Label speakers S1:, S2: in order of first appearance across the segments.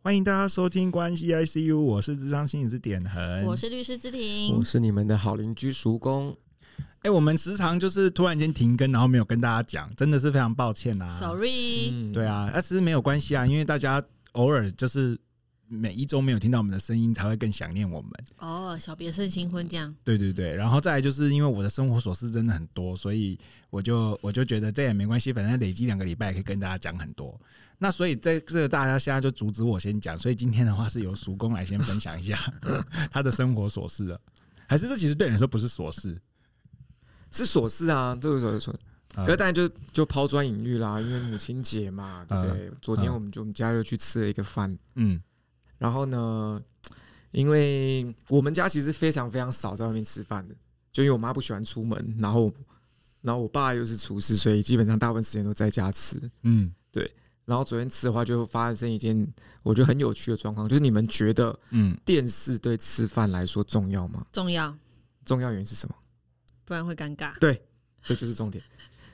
S1: 欢迎大家收听关系 ICU，我是智商心理师点恒，
S2: 嗯我是律师之
S3: 我
S2: 庭，
S3: 是你们的好邻居叔公，
S1: 哎、我们时常就是突然间停更，然后没有跟大家讲，真的是非常抱歉
S2: 啊
S1: 啦、
S2: ，sorry，、
S3: 嗯，
S1: 对，啊，那、其实没有关系啊，因为大家偶尔就是每一周没有听到我们的声音，才会更想念我们。
S2: 哦，小别胜新婚这样，
S1: 对对对，然后再来就是因为我的生活琐事真的很多，所以我就我就觉得这也没关系，反正累积两个礼拜可以跟大家讲很多。那所以在这个大家现在就阻止我先讲，所以今天的话是由叔公来先分享一 下 他的生活琐事了。还是这其实对你来说不是琐事，
S3: 是琐事啊，这个琐事。
S1: 呃
S3: 可是当然就就抛砖引玉啦，因为母亲节嘛，对不对？昨天我们就我们家就去吃了一个饭，
S1: 嗯
S3: 然后呢，因为我们家其实非常非常少在外面吃饭的，就因为我妈不喜欢出门，然后然后我爸又是厨师，所以基本上大部分时间都在家吃。
S1: 嗯
S3: 然后昨天吃的话，就发生一件我觉得很有趣的状况，就是你们觉得
S1: 嗯，
S3: 电视对吃饭来说重要吗？
S2: 重要，
S3: 重要原因是什么？
S2: 不然会尴尬。
S3: 这就是重点。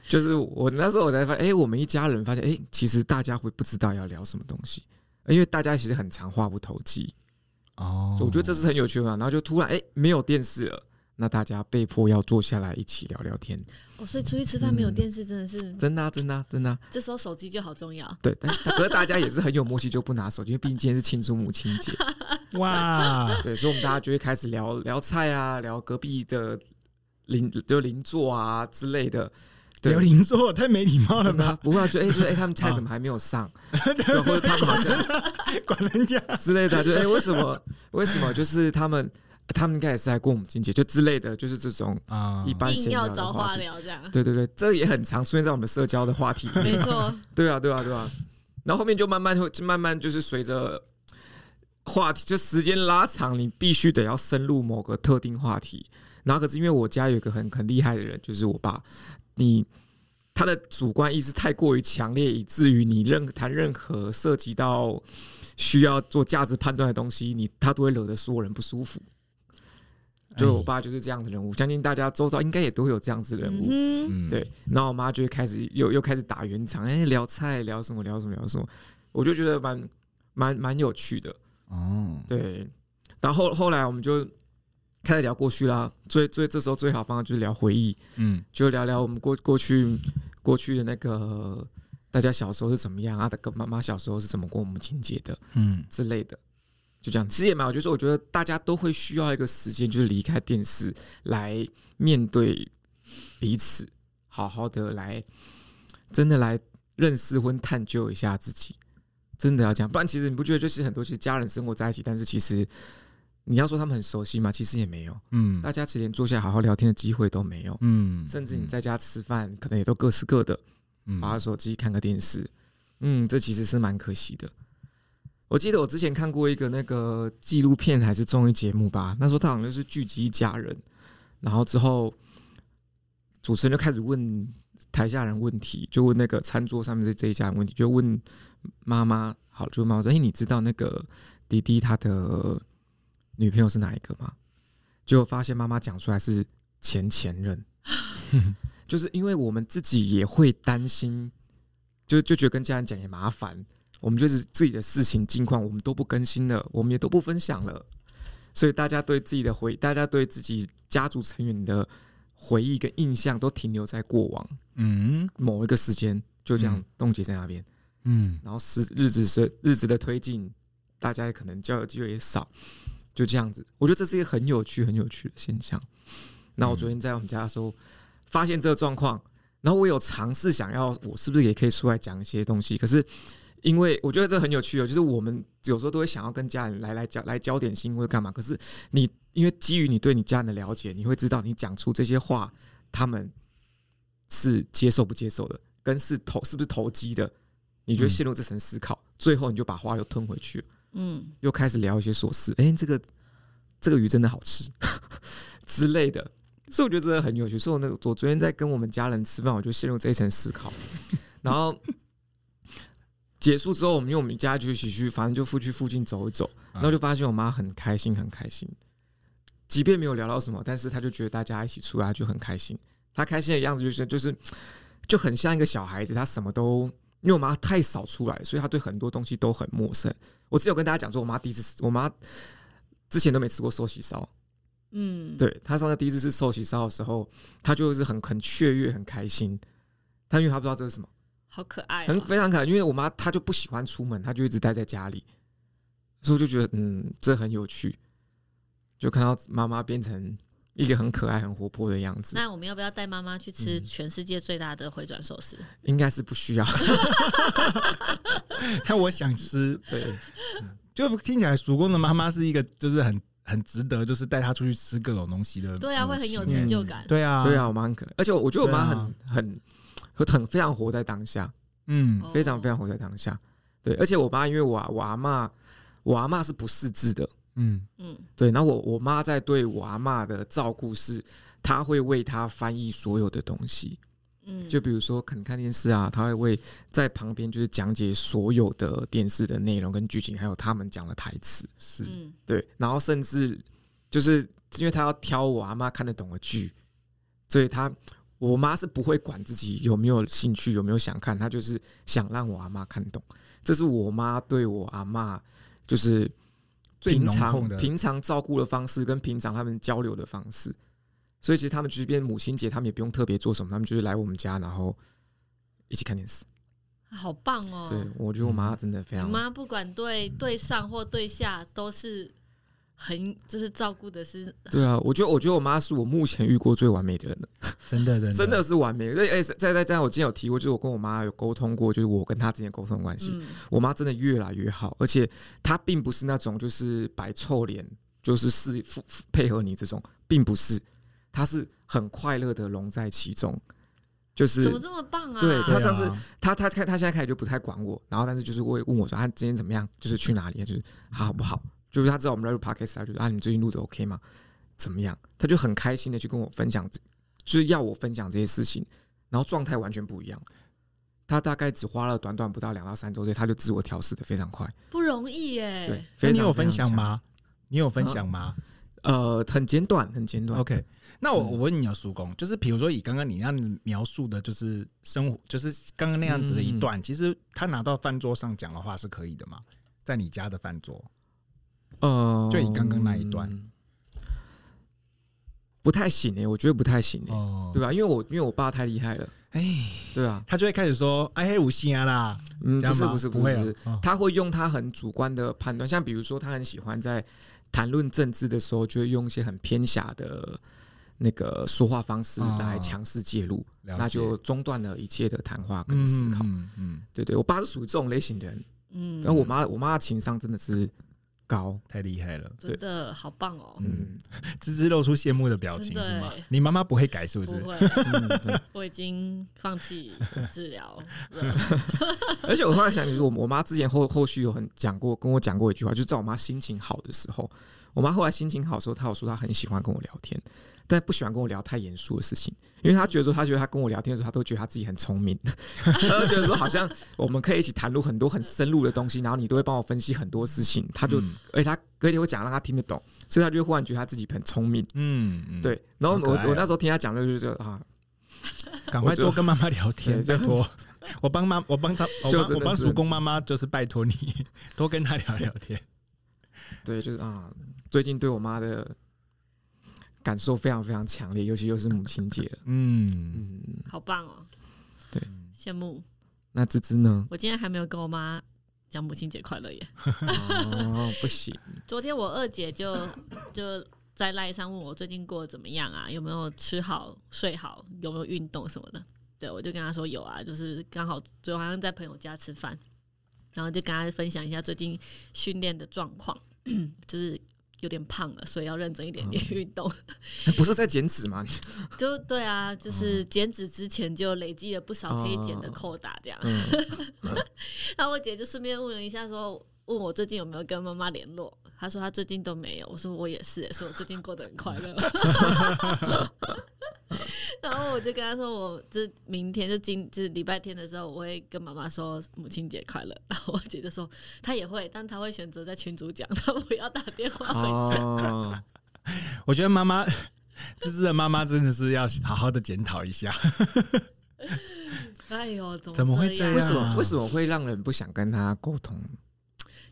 S3: 就是我那时候我才发现，哎、我们一家人发现，哎、其实大家会不知道要聊什么东西，因为大家其实很常话不投机。
S1: 哦
S3: 我觉得这是很有趣的嘛。然后就突然，哎、没有电视了，那大家被迫要坐下来一起聊聊天。
S2: 哦，所以出去吃饭没有
S3: 嗯
S2: 电视，真的是、
S3: 真的啊、真的啊、真的啊、
S2: 这时候手机就好重要。
S3: 对。但可是大家也是很有默契，就不拿手机，因为毕竟今天是庆祝母亲节，
S1: 哇，
S3: 对，所以我们大家就会开始聊聊菜啊，聊隔壁的邻就邻座啊之类的。 对
S1: 刘玲说我太没礼貌了
S3: 真的啊
S1: 吧？
S3: 不会啊，就哎、就是哎、他们菜怎么还没有 上？对，或者他们好像
S1: 管人 家，
S3: 之类的啊，就哎、为什么为什么就是他们他们应该也是来过母亲节，就之类的，就是这种
S1: 啊
S3: 一般
S2: 硬
S3: 闲聊
S2: 要
S3: 的
S2: 找
S3: 话
S2: 话
S3: 题。
S2: 聊这 样，
S3: 对对对，这也很常出现在我们社交的话题里
S2: 没
S3: 面。
S2: 错，
S3: 对啊，对啊，对啊。然后后面就慢慢会，就慢慢就是随着话题，就时间拉长，你必须得要深入某个特定话题。然后可是因为我家有一个很很厉害的人，就是我爸，你他的主观意识太过于强烈，以至于你任谈任何涉及到需要做价值判断的东西，你他都会惹得所有人不舒服。就
S1: 哎
S3: 我爸就是这样的人物，相信大家周遭应该也都会有这样子的人物。
S2: 嗯哼，
S1: 嗯，
S3: 对，然后我妈就会开始又又开始打圆场，哎、聊菜，聊什么，聊什么，聊什么，我就觉得蛮蛮蛮有趣的，
S1: 哦，
S3: 对。然后后来我们就开始聊过去啦，最最这时候最好方法就是聊回忆，
S1: 嗯
S3: 就聊聊我们过过去过去的那个大家小时候是怎么样啊，跟妈妈小时候是怎么过母亲节的
S1: 嗯
S3: 之类的，就这样。其实也蛮有趣，就是我觉得大家都会需要一个时间，就是离开电视来面对彼此，好好的来，真的来认识或探究一下自己。真的要这样，不然其实你不觉得就是很多其实家人生活在一起，但是其实你要说他们很熟悉吗？其实也没有，
S1: 嗯
S3: 大家其实连坐下来好好聊天的机会都没有，
S1: 嗯
S3: 甚至你在家吃饭，可能也都各是各的。划手机看个电视，嗯，这其实是蛮可惜的。我记得我之前看过一个那个纪录片还是综艺节目吧，那时候他好像就是聚集一家人，然后之后主持人就开始问台下人问题，就问那个餐桌上面这这一家人问题，就问妈妈，好，就问妈妈说：“哎、你知道那个迪迪他的女朋友是哪一个吗？”结果发现妈妈讲出来是前前任，就是因为我们自己也会担心，就就觉得跟家人讲也麻烦，我们就是自己的事情近况我们都不更新了，我们也都不分享了，所以大家对自己的回，大家对自己家族成员的回忆跟印象都停留在过往
S1: 嗯
S3: 某一个时间，就这样
S1: 嗯
S3: 冻结在那边。
S1: 嗯
S3: 然后时日子随日子的推进，大家可能交流机会也少，就这样子。我觉得这是一个很有趣、很有趣的现象。那我昨天在我们家的时候，发现这个状况，然后我有尝试想要，我是不是也可以出来讲一些东西？可是因为我觉得这很有趣哦，就是我们有时候都会想要跟家人来来交来交点心或者干嘛，可是你因为基于你对你家人的了解，你会知道你讲出这些话，他们是接受不接受的，跟是投是不是投机的，你就会陷入这层思考，最后你就把话又吞回去，
S2: 嗯，
S3: 又开始聊一些琐事。哎、这个这个鱼真的好吃之类的，所以我觉得真的很有趣。所以我那个我昨天在跟我们家人吃饭，我就陷入这一层思考， 然后。结束之后，我们因为我们家就一起去，反正就附去附近走一走，然后就发现我妈很开心，很开心。即便没有聊到什么，但是她就觉得大家一起出来就很开心。她开心的样子就是就是就很像一个小孩子，她什么都因为我妈太少出来，所以她对很多东西都很陌生。我只有跟大家讲说，我妈第一次吃，我妈之前都没吃过寿喜烧，
S2: 嗯，，
S3: 对她上次第一次吃寿喜烧的时候，她就是很很雀跃、很开心。她因为她不知道这是什么，
S2: 好可爱、
S3: 很
S2: 哦，
S3: 非常可爱。因为我妈她就不喜欢出门，她就一直待在家里，所以我就觉得嗯，这很有趣。就看到妈妈变成一个很可爱、很活泼的样子，
S2: 那我们要不要带妈妈去吃
S3: 嗯
S2: 全世界最大的回转寿司？
S3: 应该是不需要。
S1: 但我想吃，
S3: 对，
S1: 就听起来曙光的妈妈是一个，就是很很值得，就是带她出去吃各种东西的。
S2: 对啊，会很有
S1: 钱。
S2: 成就感。
S1: 对啊，
S3: 对啊，，我妈很可爱，而且我觉得我妈很、
S1: 对啊
S3: 很很很非常活在当下，
S1: 嗯
S2: 哦
S3: 非常非常活在当下。对，而且我妈因为我啊我阿妈，我阿妈是不识字的，
S1: 嗯
S2: 嗯，
S3: 对，然后我我妈在对我阿妈的照顾是，她会为她翻译所有的东西，
S2: 嗯，
S3: 就比如说可能看电视啊，她会为在旁边就是讲解所有的电视的内容跟剧情，还有他们讲的台词。
S1: 是
S2: 嗯，
S3: 对，然后甚至就是因为他要挑我阿妈看得懂的剧，所以他我妈是不会管自己有没有兴趣，有没有想看，她就是想让我阿妈看懂。这是我妈对我阿妈就是
S1: 最
S3: 平
S1: 浓厚
S3: 常
S1: 的
S3: 平常照顾的方式，跟平常他们交流的方式。所以其实他们即便母亲节，他们也不用特别做什么，他们就是来我们家，然后一起看电视。
S2: 好棒哦。
S3: 对，我觉得我
S1: 嗯
S3: 妈真的非
S2: 你
S3: 常
S2: 妈不管对对上或对下都是很就是照顾的是
S3: 对啊，我觉得我觉得我妈是我目前遇过最完美的人了。
S1: 真的真的
S3: 真的是完美。对，哎、再再再，我之前有提过，就是我跟我妈有沟通过，就是我跟她之间的沟通关系，
S2: 嗯
S3: 我妈真的越来越好，而且她并不是那种就是摆臭脸，就是是附附配合你这种，并不是，她是很快乐的融在其中，就是
S2: 怎么这么棒啊？
S3: 对
S1: 对啊
S3: 她上次他他他他现在开始就不太管我，然后但是就是会问我说他今天怎么样，就是去哪里，就是好不好？就是他知道我们在录 podcast，他就说啊你最近录的 OK 吗？怎么样？他就很开心的去跟我分享这，就是要我分享这些事情，然后状态完全不一样。他大概只花了短短不到两到三周，所以他就自我调试的非常快。
S2: 不容易耶。
S3: 对，，
S1: 那
S3: 非
S1: 你
S3: 常
S1: 有分享？
S3: 非常强
S1: 吗？你有分享吗
S3: 呃，很简短，很简短。
S1: ？OK，那我
S3: 嗯
S1: 我问你啊，叔公，就是比如说以刚刚你那样描述的，就是生活，就是刚刚那样子的
S3: 嗯
S1: 一段，其实他拿到饭桌上讲的话是可以的嘛？在你家的饭桌，
S3: 呃，
S1: 就你刚刚那一段
S3: 不太行诶、欸我觉得不太行诶、
S1: 哦
S3: 对吧？啊因为我因为我爸太厉害了，
S1: 哎，
S3: 对啊，
S1: 他就会开始说：“哎，嘿，五星啊啦，这
S3: 嗯，不
S1: 样
S3: 是
S1: 吗
S3: 不是
S1: 不
S3: 不
S1: 会
S3: 是
S1: 啊
S3: 不是，
S1: 哦
S3: 他会用他很主观的判断，像比如说他很喜欢在谈论政治的时候，就会用一些很偏狭的那个说话方式
S1: 哦
S3: 来强势介入，
S1: 了解
S3: 那就中断了一切的谈话跟思考。
S1: 嗯嗯，嗯
S3: 对对，我爸是属于这种类型的人，
S2: 嗯，
S3: 然后我妈我妈的情商真的是高，
S1: 太厉害了，
S2: 真的好棒哦。
S3: 嗯，
S1: 芝芝露出羡慕的表情
S2: 真的
S1: 是吗
S2: 哎？
S1: 你妈妈不会改是不
S2: 不
S1: 是？
S2: 会，
S3: 嗯对
S2: 我已经放弃治疗 了。
S3: 而且我后来想，就是我我妈之前后后续有很讲过，跟我讲过一句话，就是在我妈心情好的时候，我妈后来心情好的时候，她有说她很喜欢跟我聊天，但不喜欢跟我聊太严肃的事情，因为她觉得说，她觉得她跟我聊天的时候，她都觉得她自己很聪明，她就觉得说好像我们可以一起谈论很多很深入的东西，然后你都会帮我分析很多事情，她就、
S1: 嗯
S3: 而且她而且我讲让她听得懂，所以她就忽然觉得她自己很聪明。
S1: 嗯，嗯，
S3: 对，然后
S1: 好可
S3: 我、
S1: 爱哦
S3: 我那时候听她讲的时候就觉得啊，
S1: 赶快多跟妈妈聊天，
S3: 我就
S1: 拜托，我帮妈，我帮她，我
S3: 就
S1: 帮
S3: 真
S1: 我
S3: 的
S1: 帮
S3: 是
S1: 叔公妈妈，就是拜托你 多跟她聊聊天。
S3: 对，就是啊，最近对我妈的感受非常非常强烈，尤其又是母亲节了。
S1: 嗯，
S3: 嗯，
S2: 好棒哦！
S3: 对，
S2: 羡慕。？
S3: 那芝芝呢
S2: 我今天还没有跟我妈讲母亲节快乐耶。
S3: 哦，不行，
S2: 昨天我二姐就 就在赖上问我最近过得怎么样啊，有没有吃好、睡好，有没有运动什么的。对，我就跟她说有啊，就是刚好昨天晚上在朋友家吃饭，然后就跟她分享一下最近训练的状况， 就是有点胖了，所以要认真一点点运动。
S3: 不是在减脂吗？
S2: 就对啊，就是减脂之前就累积了不少可以减的扣打，这样。
S3: 嗯，
S2: 然后我姐就顺便问了一下说，问我最近有没有跟妈妈联络。她说她最近都没有。我说我也是，欸说我最近过得很快乐。 然后我就跟她说，我这明天就今就是礼拜天的时候，我会跟妈妈说母亲节快乐。然后我姐就说她也会，但她会选择在群组讲，她不要打电话回家。
S3: 哦，
S1: 我觉得妈 妈，芝芝的妈妈真的是要好好的检讨一下。
S2: 哎呦，怎么
S1: 怎么会这
S2: 样？
S1: 样
S3: 为什么
S1: 啊
S3: 为什么会让人不想跟他沟通？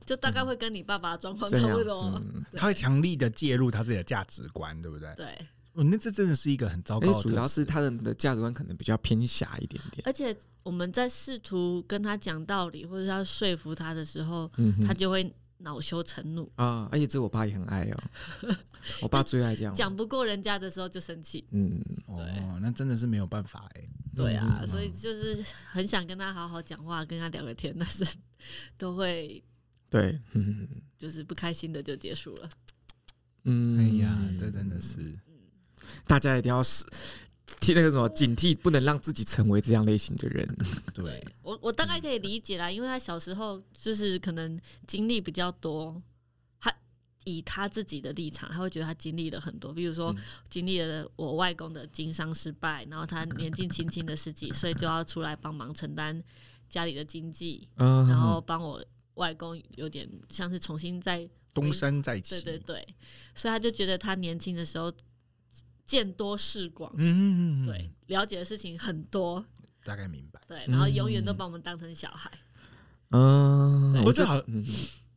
S2: 就大概会跟你爸爸的状况
S3: 这
S2: 差
S3: 样
S2: 不多。
S3: 嗯，
S1: 他会强力的介入他自己的价值观，对不对？
S2: 对，
S1: 哦，那这真的是一个很糟
S3: 因
S1: 糕
S3: 为
S1: 的。
S3: 主要是他人的价值观可能比较偏狭一点点。
S2: 而且我们在试图跟他讲道理，或者是要说服他的时候，
S3: 嗯
S2: 他
S3: 哼，
S2: 就会恼羞成怒，
S3: 啊，而且这我爸也很爱哦，我爸最爱这样。哦
S2: 讲不过人家的时候就生气。
S3: 嗯，
S1: 哦，那真的是没有办法哎、
S2: 对啊，
S3: 嗯
S2: 所以就是很想跟他好好讲话，跟他聊个天，但是都会
S3: 对，嗯
S2: 就是不开心的就结束了。
S3: 嗯，
S1: 哎呀，这真的是
S3: 大家一定要是听那个什么警惕，不能让自己成为这样类型的人。
S1: 对，
S2: 我我大概可以理解
S3: 嗯
S2: 啦，因为他小时候就是可能经历比较多，他以他自己的立场，他会觉得他经历了很多，比如说
S3: 嗯
S2: 经历了我外公的经商失败，然后他年纪轻轻的十几岁就要出来帮忙承担家里的经济，
S3: 嗯，
S2: 然后帮我外公有点像是重新再
S1: 东山再
S2: 对
S1: 起，
S2: 对对，所以他就觉得他年轻的时候见多识广，
S1: 嗯，嗯嗯嗯
S2: 对，了解的事情很多，
S1: 大概明白。
S2: 对，然后永远都把我们当成小孩。
S3: 嗯，
S1: 我觉得好，
S3: 嗯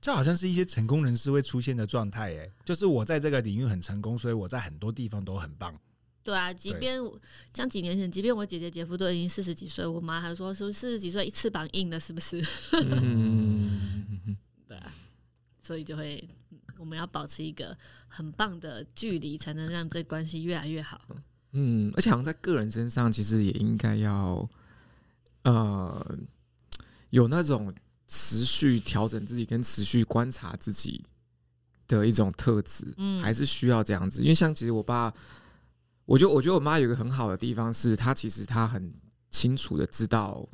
S1: 这好像是一些成功人士会出现的状态哎，就是我在这个领域很成功，所以我在很多地方都很棒。
S2: 对啊，即
S1: 对
S2: 便我像几年前，即便我姐姐姐夫都已经四十几岁，我妈还说说四十几岁翅膀硬了是不是？
S3: 嗯，
S2: 对啊，所以就会嗯我们要保持一个很棒的距离，才能让这关系越来越好。
S3: 嗯，而且好像在个人身上，其实也应该要，呃，有那种持续调整自己跟持续观察自己的一种特质，
S2: 嗯，
S3: 还是需要这样子。因为像其实我爸，我觉得我觉得我妈有一个很好的地方是，她其实她很清楚的知道，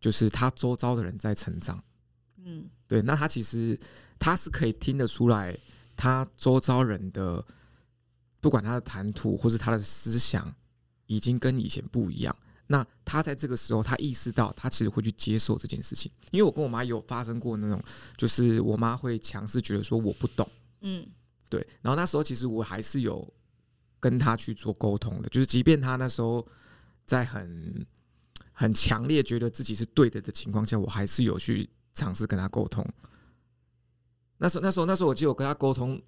S3: 就是她周遭的人在成长。
S2: 嗯
S3: 对，那他其实他是可以听得出来，他周遭人的不管他的谈吐或是他的思想，已经跟以前不一样。那他在这个时候，他意识到他其实会去接受这件事情，因为我跟我妈有发生过那种，就是我妈会强势觉得说我不懂，
S2: 嗯
S3: 对，然后那时候其实我还是有跟他去做沟通的，就是即便他那时候在很很强烈觉得自己是对的的情况下，我还是有去尝试跟他沟通。那时候，那时候，那时候，我记得我跟他沟通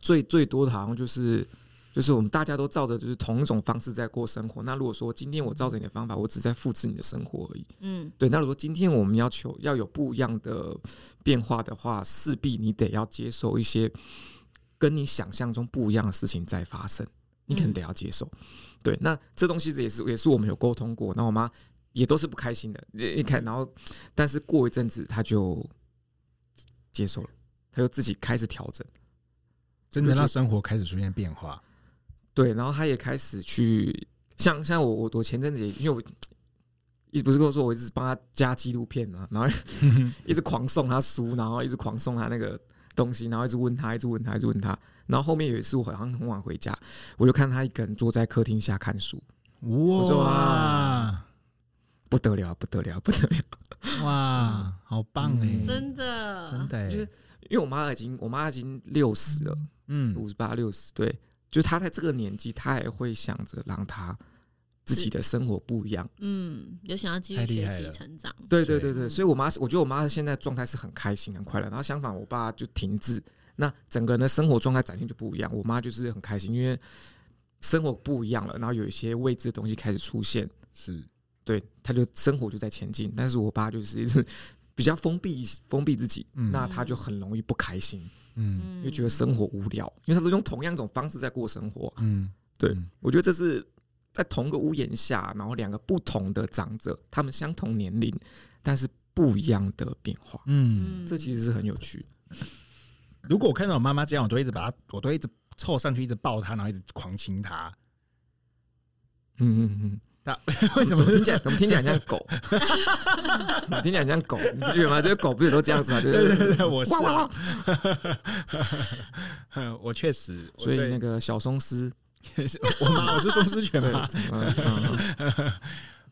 S3: 最最多的好像就是就是我们大家都照着就是同一种方式在过生活。那如果说今天我照着你的方法，我只在复制你的生活而已。
S2: 嗯
S3: 对，那如果今天我们要求要有不一样的变化的话，势必你得要接受一些跟你想象中不一样的事情在发生，你
S1: 嗯
S3: 可能得要接受。对，那这东西也是也是我们有沟通过，那我妈也都是不开心的，一开，然后但是过一阵子她就接受了，她就自己开始调整。
S1: 真的让生活开始出现变化。
S3: 对，然后他也开始去像像我我我前阵子也因为我一不是跟我说我一直帮他加纪录片嘛，然后一直狂送他书，然后一直狂送他那个东西，然后一直问他，一直问他，一直问他。然后后面有一次我好像很晚回家，我就看他一个人坐在客厅下看书，错
S1: 哇
S3: 啊不得了，不得了，不 得了！
S1: 哇，好棒哎，
S3: 嗯
S2: 真的
S1: 真的
S3: 就是
S1: 欸，
S3: 因为我妈已经我妈已经六十了，
S1: 嗯，
S3: 五十八六十，对，就她在这个年纪，她也会想着让她自己的生活不一样。
S2: 嗯，有想要继续
S1: 太厉
S2: 学
S1: 害
S2: 习
S1: 了
S2: 成长，
S3: 对对对
S2: 对
S3: 对，所以我妈是，我觉得我妈现在状态是很开心、很快乐。然后相反，我爸就停滞，那整个人的生活状态展现就不一样。我妈就是很开心，因为生活不一样了，然后有一些未知的东西开始出现，
S1: 是
S3: 对，她就生活就在前进。但是我爸就是一直比较封闭、封闭自己，
S1: 嗯
S3: 那他就很容易不开心，
S1: 嗯
S2: 嗯，
S3: 又觉得生活无聊，因为他都用同样一种方式在过生活。
S1: 嗯，
S3: 对
S1: 嗯
S3: 我觉得这是在同个屋檐下，然后两个不同的长者，他们相同年龄，但是不一样的变化。
S1: 嗯，
S3: 这其实是很有趣。
S1: 如果我看到我妈妈这样，我都一直把她，我都一直凑上去，一直抱她，然后一直狂亲她。
S3: 嗯嗯嗯，
S1: 为什么
S3: 怎听起来怎么听起来像 狗？怎么听起来像狗，你不觉得吗？就是狗不是都这样子吗？就
S1: 对
S3: 是
S1: 对对，我是
S3: 哇哇
S1: 啊
S3: 哇！
S1: 我确实，我
S3: 所以
S1: 对
S3: 那个小松狮，
S1: 我妈我是钟思全
S3: 对，
S1: 嘛。
S3: 怎么嗯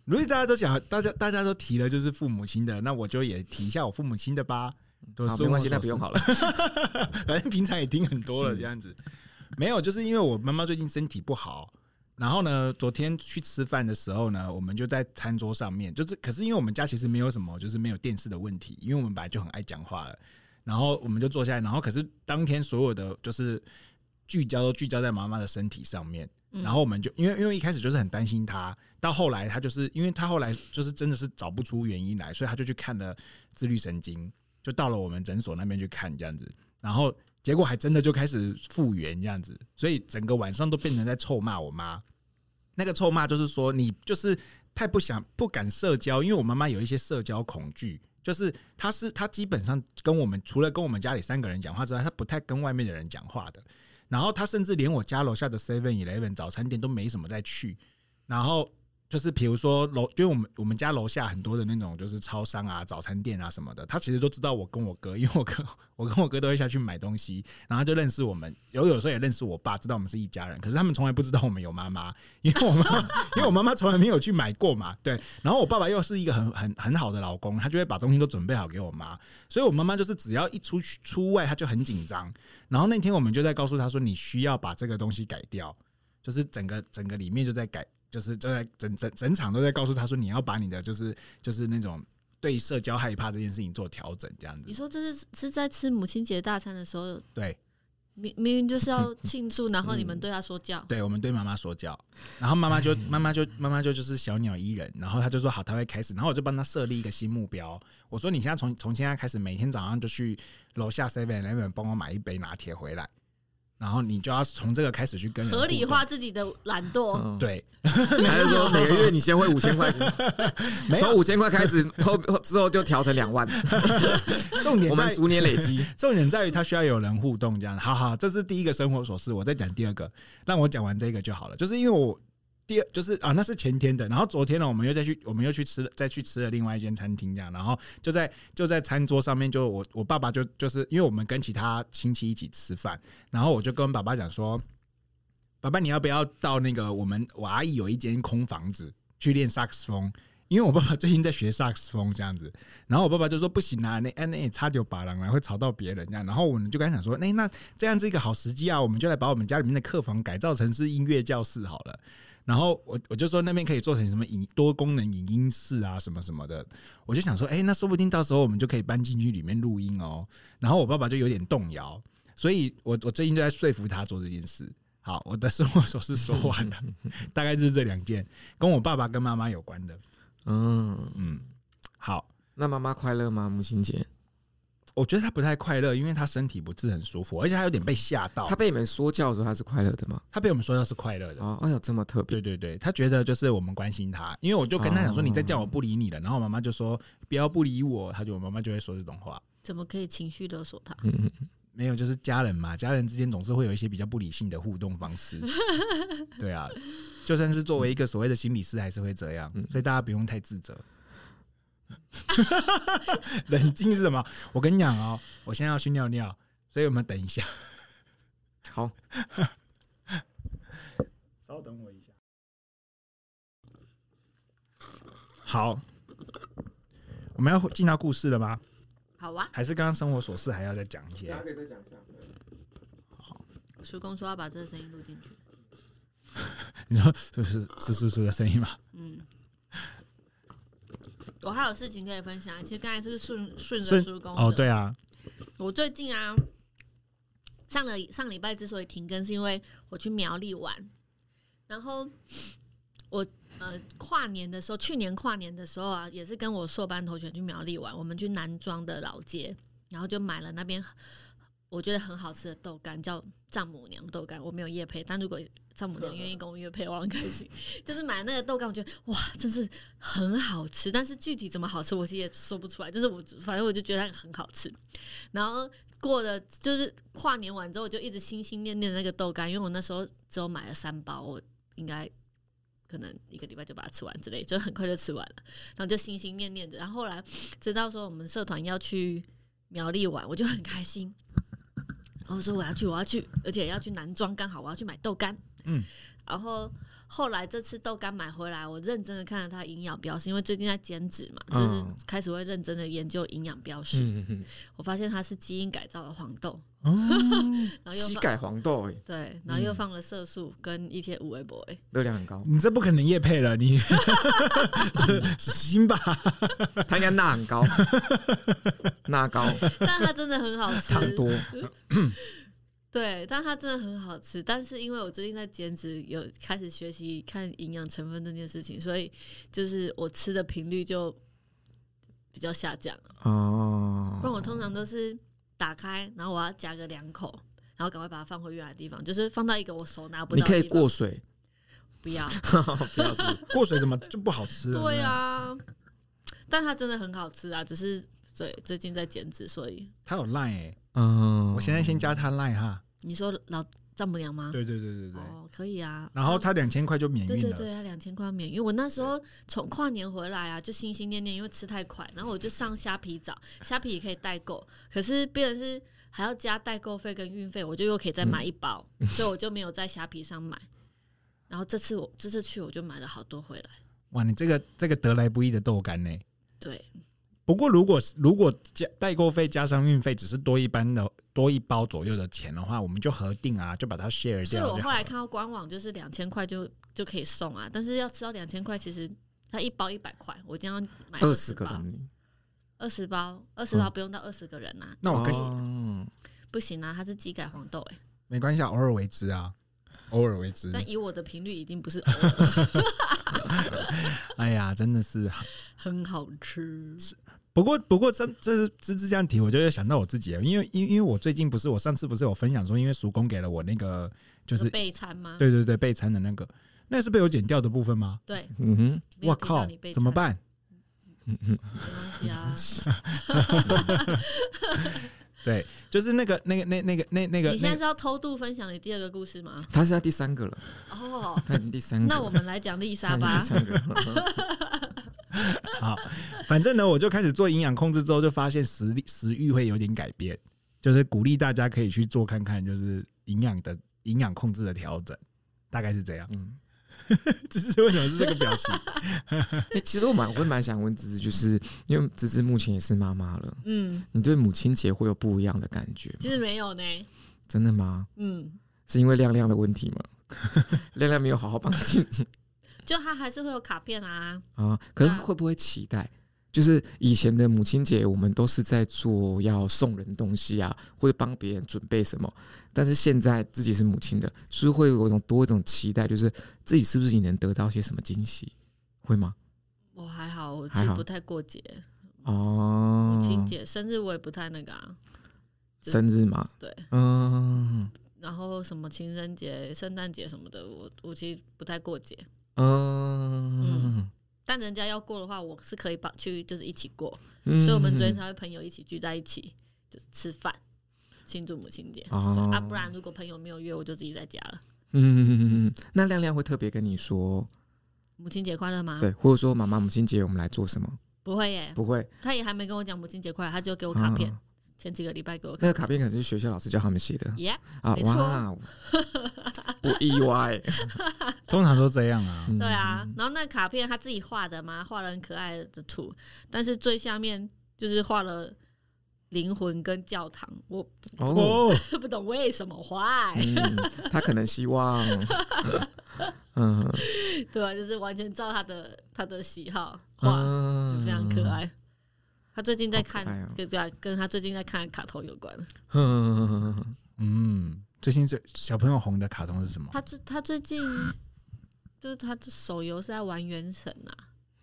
S1: 如果大家都讲，大家大家都提了，就是父母亲的，那我就也提一下我父母亲的吧。都
S3: 嗯，好，没关系，那不用
S1: 好。
S3: 好嗯了。
S1: 反正平常也听很多了，这样子。没有，就是因为我妈妈最近身体不好，然后呢，昨天去吃饭的时候呢，我们就在餐桌上面，就是可是因为我们家其实没有什么，就是没有电视的问题，因为我们本来就很爱讲话了。然后我们就坐下来，然后可是当天所有的就是聚焦都聚焦在妈妈的身体上面。
S2: 嗯
S1: 然后我们就因为因为一开始就是很担心她，到后来她就是因为她后来就是真的是找不出原因来，所以她就去看了自律神经，就到了我们诊所那边去看这样子，然后结果还真的就开始复原这样子，所以整个晚上都变成在臭骂我妈。那个臭骂就是说你就是太不想不敢社交，因为我妈妈有一些社交恐惧，就是她是她基本上跟我们除了跟我们家里三个人讲话之外，她不太跟外面的人讲话的。然后她甚至连我家楼下的 Seven Eleven 早餐店都没什么再去。然后就是比如说楼，因为我们我们家楼下很多的那种就是超商啊、早餐店啊什么的，她其实都知道我跟我哥，因为我哥我跟我哥都会下去买东西，然后就认识我们，有有时候也认识我爸，知道我们是一家人。可是他们从来不知道我们有妈妈，因为我妈妈因为我妈妈从来没有去买过嘛，对。然后我爸爸又是一个很很很好的老公，他就会把东西都准备好给我妈，所以我妈妈就是只要一出去出外，她就很紧张。然后那天我们就在告诉她说，你需要把这个东西改掉，就是整个整个里面就在改，就是就在整整整场都在告诉她说，你要把你的就是就是那种对社交害怕这件事情做调整，这样
S2: 你
S1: 子。
S2: 说这是是在吃母亲节大餐的时候，
S1: 对
S2: 明明明就是 要庆祝，然后你们对他说教，
S1: 对，我们对妈妈说教，然后妈妈就
S2: 哎
S1: 妈妈就妈妈就就是小鸟依人，然后她就说好，她会开始，然后我就帮她设立一个新目标，我说你现在从从现在开始，每天早上就去楼下 Seven Eleven 帮我买一杯拿铁回来，然后你就要从这个开始去跟人
S2: 合理
S1: 互动
S2: 化自己的懒惰。
S3: 嗯，
S1: 哦对，
S3: 还是说每个月你先汇五 千块，
S1: 没有
S3: 从五千块 开始，后后之后就调成两万，
S1: 重点
S3: 我们
S1: 在
S3: 逐年累积。
S1: 重点在于他需要有人互动，这样。好好，这是第一个生活琐事。我再讲第二个，让我讲完这个就好了。就是因为我第二就是啊，那是前天的，然后昨天呢，我们又再去，我们又去吃了，再去吃了另外一间餐厅，这样。然后就在就在餐桌上面就，我我爸爸就就是因为我们跟其他亲戚一起吃饭，然后我就跟爸爸讲说，爸爸你要不要到那个我们我阿姨有一间空房子去练萨克斯风？因为我爸爸最近在学萨克斯风这样子，然后我爸爸就说不行啊，那哎那也差点把郎啊，会吵到别人这样。然后我们就跟他讲说，那、那这样是一个好时机啊，我们就来把我们家里面的客房改造成是音乐教室好了。然后我我就说那边可以做成什么影多功能影音室啊，什么什么的。我就想说，哎、那说不定到时候我们就可以搬进去里面录音哦。然后我爸爸就有点动摇，所以我我最近就在说服他做这件事。好，我的生活琐事说完了， 大概就是这两件跟我爸爸跟妈妈有关的。
S3: 嗯，
S1: 嗯，好，
S3: 那妈妈快乐吗？母亲节，
S1: 我觉得他不太快乐，因为他身体不是很舒服，而且他有点被吓到。
S3: 她
S1: 他
S3: 被你们说教的时候，她是快乐的吗？
S1: 他被我们说到是快乐的，
S3: 哦，哎呦，这么特
S1: 对
S3: 别
S1: 对对，他觉得就是我们关心他，因为我就跟他讲说
S3: 哦
S1: 你再叫我不理你了，然后我妈妈就说不要不理我，他就我妈妈就会说这种话。
S2: 怎么可以情绪勒索他？
S3: 嗯嗯，嗯
S1: 没有，就是家人嘛， 家人之间总是会有一些比较不理性的互动方式。对啊，就算是作为一个所谓的心理师，还是会这样，所以大家不用太自责。 冷静是什么？我跟你讲哦，我现在要去尿尿，所以我们等一下。
S3: 好，
S1: 稍等我一下。好，我们要进到故事了吗？
S2: 好啊，
S1: 还是刚刚生活琐事还要再讲一些？
S3: 可以再讲一下。
S2: 叔公说要把这个声音录进去。
S1: 你说是是是叔叔的声音吗？
S2: 嗯，我还有事情可以分享。其实刚才是顺顺着
S1: 顺
S2: 叔公的
S1: 哦，对啊，
S2: 我最近啊，上了上礼拜之所以停更，是因为我去苗栗玩，然后我呃跨年的时候，去年跨年的时候啊，也是跟我硕班同学去苗栗玩，我们去南庄的老街，然后就买了那边我觉得很好吃的豆干，叫丈母娘豆干，我没有夜配，但如果丈母娘愿意跟我约配，我很开心。就是买那个豆干，我觉得哇，真是很好吃，但是具体怎么好吃，我其实也说不出来。就是我反正我就觉得它很好吃。然后过了就是跨年完之后，我就一直心心念念那个豆干，因为我那时候只有买了三包，我应该可能一个礼拜就把它吃完之类，就很快就吃完了。然后就心心念念着，然后后来知道说我们社团要去苗栗玩，我就 很开心。然后我说我要去，我要去，而且要去南庄，刚好我要去买豆干。
S1: 嗯，
S2: 然后后来这次豆干买回来，我认真的看了它的营养标识，因为最近在减脂嘛，就是
S3: 嗯
S2: 开始会认真的研究营养标识。
S3: 嗯嗯
S2: 我发现它是基因改造的黄豆，
S1: 哦，，
S2: 然后
S3: 嗯，
S2: 又
S3: 鸡
S2: 放
S3: 改黄豆、欸，
S2: 对，然后又放了色素跟一些五味博。
S3: 热量很高
S1: 你这不可能夜配了，你
S2: 啊
S1: 行吧？
S3: 它应该钠很高， 钠高，
S2: 但它真的很好吃，
S3: 糖多，
S2: 对，但它真的很好吃。但是因为我最近在减脂，有开始学习看营养成分这件事情，所以就是我吃的频率就比较下降了。
S3: 哦，
S2: 不然我通常都是打开，然后我要夹个两口，然后赶快把它放回原来的地方，就是放到一个我手拿不
S3: 你
S2: 到的
S3: 可
S2: 地
S3: 以
S2: 方。
S3: 过水，
S2: 不要？
S3: 不要吃，
S1: 过水怎么就不好吃了？
S2: 对啊，但它真的很好吃啊，只是对最近在减脂，所以
S1: 他有 line 哎、
S3: 嗯，
S1: 我现在先加他 line 哈。
S2: 你说老丈母娘吗？
S1: 对对对对对。
S2: 哦，可以啊。
S1: 然后他两千块就免运
S2: 对
S1: 了。
S2: 对对，啊，两千块免运。因为我那时候从跨年回来啊，就心心念念，因为吃太快，然后我就上虾皮 找，虾皮也可以代购，可是变成是还要加代购费跟运费，我就又可以再买
S1: 嗯
S2: 一包， 所以我就没有在虾皮上买。然后这次我这次去我就买了好多回来，
S1: 哇，你这个这个得来不易的豆干呢、
S2: 对，
S1: 不过如果如果加代购费加上运费，只是多一般的多一包左右的钱的话，我们就核定啊，就把它 share
S2: 所以我
S1: 掉就好。
S2: 后来看到官网就是两千块就就可以送啊，但是要吃到两千块，其实它一包一百块，我这样买
S3: 二
S2: 20
S3: 十个
S2: 包，
S3: 人，
S2: 二十包，二十包不用到二十个人啊，
S1: 那我跟、
S3: 哦
S2: 不行啊，它是鸡改黄豆哎、
S1: 没关系，啊，偶尔为之啊，偶尔为之。
S2: 但以我的频率，一定不是偶尔
S1: 哎呀，真的是。
S2: 很好吃。
S1: 不过不过这这这这样提，我就想到我自己了，因为因为因为我最近不是我上次不是有分享说，因为叔公给了我那个就
S2: 就是备餐吗？
S1: 对对对备餐的那个，那是被我剪掉的部分吗？
S2: 对，
S3: 嗯哼，
S2: 没有
S1: 我
S2: 提到
S1: 靠
S2: 你备，餐
S1: 怎么？办？
S2: 没关系啊，
S1: 对，就是那个、那个、那、那个、那、那个，
S2: 你
S1: 啊那
S2: 现在
S1: 个
S2: 是要偷渡分享你第二个故事吗？
S3: 他是在第三个了，
S2: 哦，
S3: 他已经第三个了，
S2: 那我们来讲丽莎
S3: 他
S2: 吧
S3: 已。经第三个了，
S1: 好，反正呢，我就开始做营养控制之后，就发现食力食欲会有点改变，就是鼓励大家可以去做看看，就是营养的营养控制的调整，大概是这样。
S3: 嗯。
S1: 这是为什么是这个表情？
S3: 欸、其实我蛮我会蛮想问芝芝，就是因为芝芝目前也是妈妈了，
S2: 嗯，
S3: 你对母亲节会有不一样的感觉吗？
S2: 其实没有呢。
S3: 真的吗？
S2: 嗯，
S3: 是因为亮亮的问题吗？ 亮亮没有好好帮亲
S2: 就他还是会有卡片啊。
S3: 啊，可是会不会期待？就是以前的母亲节，我们都是在做要送人东西啊，或者帮别人准备什么。但是现在自己是母亲的，是不是会有一种多一种期待，就是自己是不是也能得到些什么惊喜？会吗？
S2: 我还好，我其
S3: 还
S2: 实
S3: 好
S2: 不太过节，
S3: 哦，
S2: 母亲节、生日我也不太那个啊。
S3: 生日嘛，
S2: 对，
S3: 嗯
S2: 然后什么情人节、圣诞节什么的，我我其实不太过节。
S3: 嗯
S2: 但人家要过的话，我是可以把去就是一起过。
S3: 嗯
S2: 所以我们昨天才会朋友一起聚在一起，就是吃饭庆祝母亲节。
S3: 哦
S2: 啊，不然如果朋友没有约，我就自己在家了。
S3: 嗯，那亮亮会特别跟你说，
S2: 母亲节快乐吗？
S3: 对，或者说妈妈母亲节我们来做什么？
S2: 不会耶，
S3: 不会，
S2: 他也还没跟我讲母亲节快乐，他就给我卡片，
S3: 啊
S2: 前几个礼拜给我
S3: 那
S2: 看。
S3: 个卡片可能是学校老师叫他们写的
S2: 耶，
S3: 啊，
S2: 没错
S3: 哇， 不意外，
S1: 通常都这样啊。
S3: 嗯
S2: 对啊，，然后那卡片他自己画的嘛，画了很可爱的图，但是最下面就是画了灵魂跟教堂，我
S3: 哦，
S1: 哦，
S2: 不懂为什么 画、
S3: 嗯，他可能希望， 嗯，
S2: 对吧、就是完全照他的他的喜好画。就
S3: 嗯，
S2: 非常可，爱。他最近在看
S3: 好可爱哦，
S2: 跟对啊，跟他最近在看的卡通有关。
S3: 嗯，
S1: 嗯，最近最小朋友红的卡通是什么？
S2: 他最他最近 就是他的手游是在玩《原神》啊，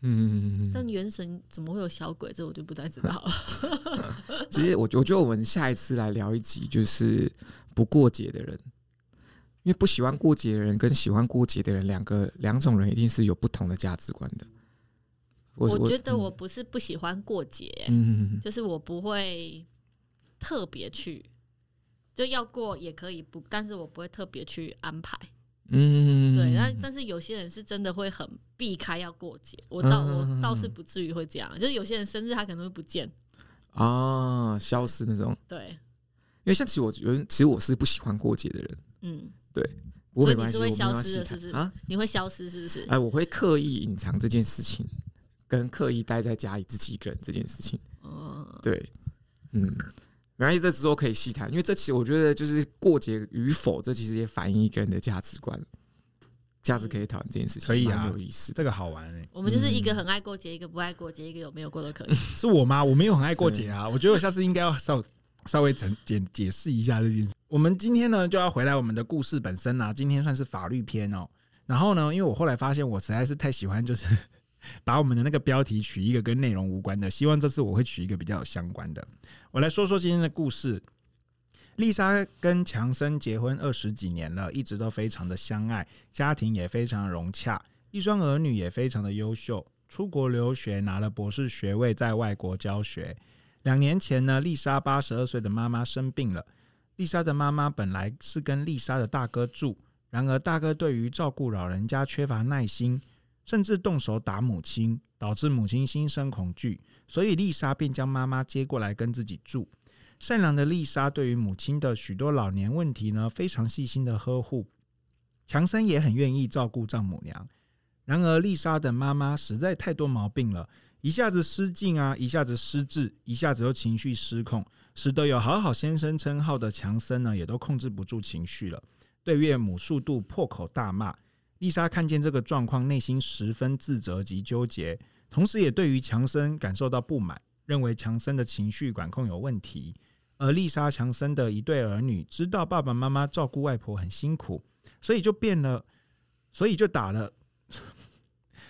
S2: 但
S3: 嗯，
S2: 《原神》怎么会有小鬼？这我就不太知道了。
S3: 其实我我觉得我们下一次来聊一集，就是不过节的人。因为不喜欢过节的人跟喜欢过节的人，两个两种人一定是有不同的价值观的。
S2: 我觉得
S3: 嗯
S2: 我不是不喜欢过节，
S3: 嗯，
S2: 就是我不会特别去，就要过也可以不，但是我不会特别去安排。
S3: 嗯，
S2: 对，那但是有些人是真的会很避开要过节，我倒
S3: 嗯嗯嗯
S2: 我
S3: 嗯
S2: 倒是不至于会这样，就是有些人生日他可能会不见，
S3: 啊，消失那种。
S2: 对，
S3: 因为像其实我有，其实我是不喜欢过节的人，
S2: 嗯。所
S3: 我没
S2: 以你
S3: 关
S2: 是
S3: 系，
S2: 会
S3: 我没
S2: 消
S3: 关
S2: 失
S3: 系
S2: 的是不是
S3: 啊，
S2: 你会消失是不是？
S3: 哎，我会刻意隐藏这件事情，跟刻意待在家里自己一个人这件事情。
S2: 哦，
S3: 对，嗯，没关系，这之后可以细谈，因为这其实我觉得就是过节与否，这其实也反映一个人的价值观。下次可以讨论这件事情，
S1: 可以啊
S3: 蛮有意思的。
S1: 这个好玩哎、
S2: 我们就是一
S3: 嗯
S2: 个很爱过节，一个不爱过节，一个有没有过都可 以。
S1: 是我吗？我没有很爱过节啊，我觉得我下次应该要稍 稍微整解解释一下这件事。我们今天呢就要回来我们的故事本身啦、今天算是法律篇哦。然后呢，因为我后来发现我实在是太喜欢，就是 把我们的那个标题取一个跟内容无关的，希望这次我会取一个比较有相关的。我来说说今天的故事。丽莎跟强森结婚二十几年了，一直都非常的相爱，家庭也非常融洽。一双儿女也非常的优秀，出国留学拿了博士学位，在外国教学。两年前呢，丽莎八十二岁的妈妈生病了。丽莎的妈妈本来是跟丽莎的大哥住，然而大哥对于照顾老人家缺乏耐心，甚至动手打母亲，导致母亲心生恐惧，所以丽莎便将妈妈接过来跟自己住。善良的丽莎对于母亲的许多老年问题呢，非常细心的呵护。强森也很愿意照顾丈母娘，然而，丽莎的妈妈实在太多毛病了，一下子失禁啊，一下子失智，一下子又情绪失控，使得有“好好先生”称号的强森呢，也都控制不住情绪了，对岳母数度破口大骂。丽莎看见这个状况，内心十分自责及纠结，同时也对于强森感受到不满，认为强森的情绪管控有问题。而丽莎、强森的一对儿女知道爸爸妈妈照顾外婆很辛苦，所以就变了，所以就打了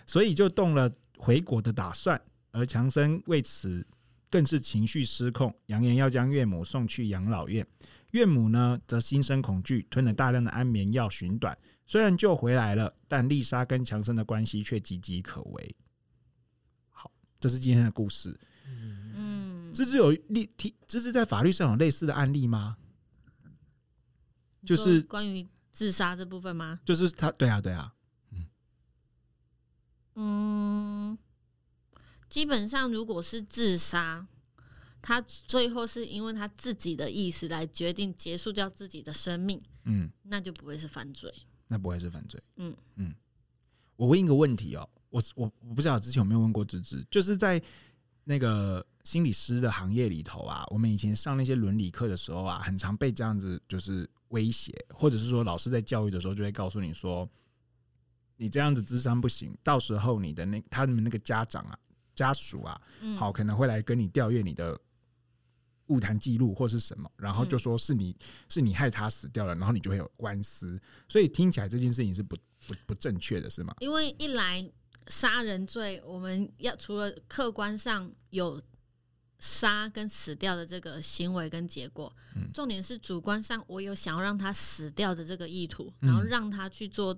S1: 所以就动了回国的打算。而强森为此更是情绪失控，扬言要将岳母送去养老院。岳母呢，则心生恐惧，吞了大量的安眠药寻短。虽然救回来了，但丽莎跟强森的关系却岌岌可危。好，这是今天的故事。
S2: 嗯，
S1: 芝芝有例提，芝芝在法律上有类似的案例吗？就
S2: 你
S1: 是
S2: 说关于自杀这部分吗？
S1: 就是他，对啊，对啊，
S2: 嗯，基本上如果是自杀，他最后是因为他自己的意思来决定结束掉自己的生命，
S1: 嗯，
S2: 那就不会是犯罪。
S1: 那不会是犯罪。
S2: 嗯
S1: 嗯，我问一个问题哦，我我我不知道之前有没有问过芝芝，就是在那个心理师的行业里头啊，我们以前上那些伦理课的时候啊，很常被这样子就是威胁，或者是说老师在教育的时候就会告诉你说，你这样子智商不行，到时候你的那他们那个家长啊、家属啊，
S2: 嗯，
S1: 好，可能会来跟你调阅你的物谈记录或是什么，然后就
S2: 嗯
S1: 说是你是你害他死掉了，然后你就会有官司。所以听起来这件事情是不不不正确的，是吗？
S2: 因为一来杀人罪，我们要除了客观上有杀跟死掉的这个行为跟结果，
S1: 嗯
S2: 重点是主观上我有想要让他死掉的这个意图，
S1: 嗯
S2: 然后让他去做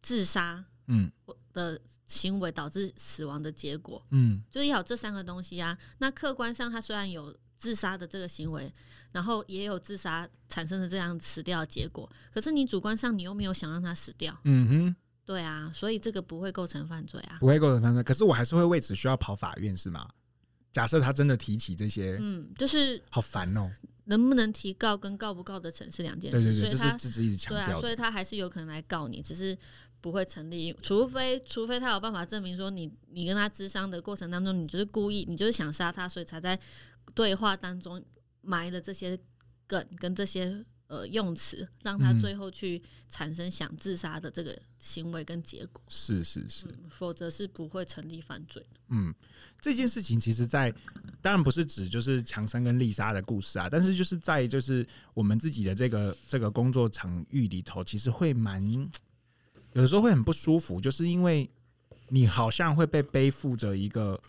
S2: 自杀
S1: 嗯
S2: 的行为导致死亡的结果，
S1: 嗯
S2: 就是要有这三个东西啊。那客观上他虽然有。自杀的这个行为，然后也有自杀产生的这样死掉的结果，可是你主观上你又没有想让他死掉，
S1: 嗯哼，
S2: 对啊，所以这个不会构成犯罪啊。
S1: 不会构成犯罪，可是我还是会为此需要跑法院，是吗？假设他真的提起这些，
S2: 嗯，就是
S1: 好烦哦、
S2: 能不能提告跟告不告得成是两件
S1: 对
S2: 事，
S1: 对对，
S2: 所
S1: 这
S2: 以
S1: 是
S2: 他
S1: 芝芝一直强
S2: 对啊，
S1: 调
S2: 所
S1: 的。
S2: 以他还是有可能来告你，只是不会成立，除非除非他有办法证明说你你跟他智商的过程当中，你就是故意，你就是想杀他，所以才在对话当中埋了这些梗跟这些呃用词，让他
S1: 嗯
S2: 最后去产生想自杀的这个行为跟结果，
S1: 是是是，
S2: 嗯否则是不会成立犯罪的。
S1: 嗯，这件事情其实在，当然不是指就是强森跟丽莎的故事啊，但是就是在就是我们自己的这个这个工作场域里头，其实会蛮有的时候会很不舒服，就是因为你好像会被背负着一个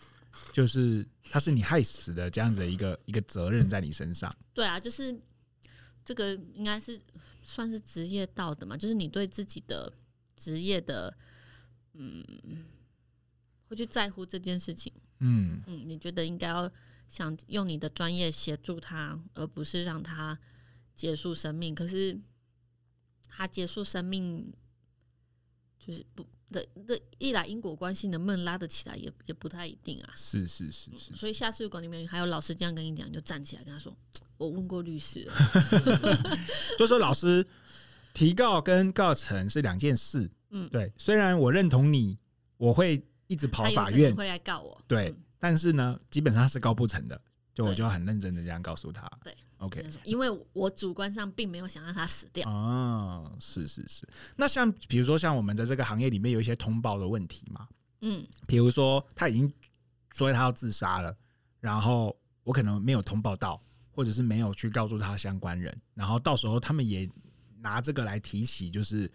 S1: 就是他是你害死的这样子的一个一个责任在你身上。
S2: 对啊，就是这个应该是算是职业道德嘛，就是你对自己的职业的，嗯，会去在乎这件事情，
S1: 嗯
S2: 嗯，你觉得应该要想用你的专业协助他，而不是让他结束生命。可是他结束生命，就是不的的一来因果关系能不能拉得起来也也不太一定啊。
S1: 是是是是
S2: 所以下次如果你们还有老师这样跟你讲，你就站起来跟他说：“我问过律师了，
S1: 就说老师，提告跟告成是两件事。
S2: 嗯
S1: 对，虽然我认同你，我会一直跑
S2: 他有
S1: 法
S2: 可
S1: 院
S2: 能，会来告我。
S1: 对
S2: 嗯，
S1: 但是呢，基本上是告不成的。就我
S2: 对
S1: 就很认真的这样告诉他。
S2: 对
S1: ，OK，
S2: 就是说因为我主观上并没有想让他死掉。
S1: 哦，是是是。那像比如说像我们在这个行业里面有一些通报的问题嘛，
S2: 嗯，
S1: 比如说他已经说他要自杀了，然后我可能没有通报到，或者是没有去告诉他相关人，然后到时候他们也拿这个来提起，就是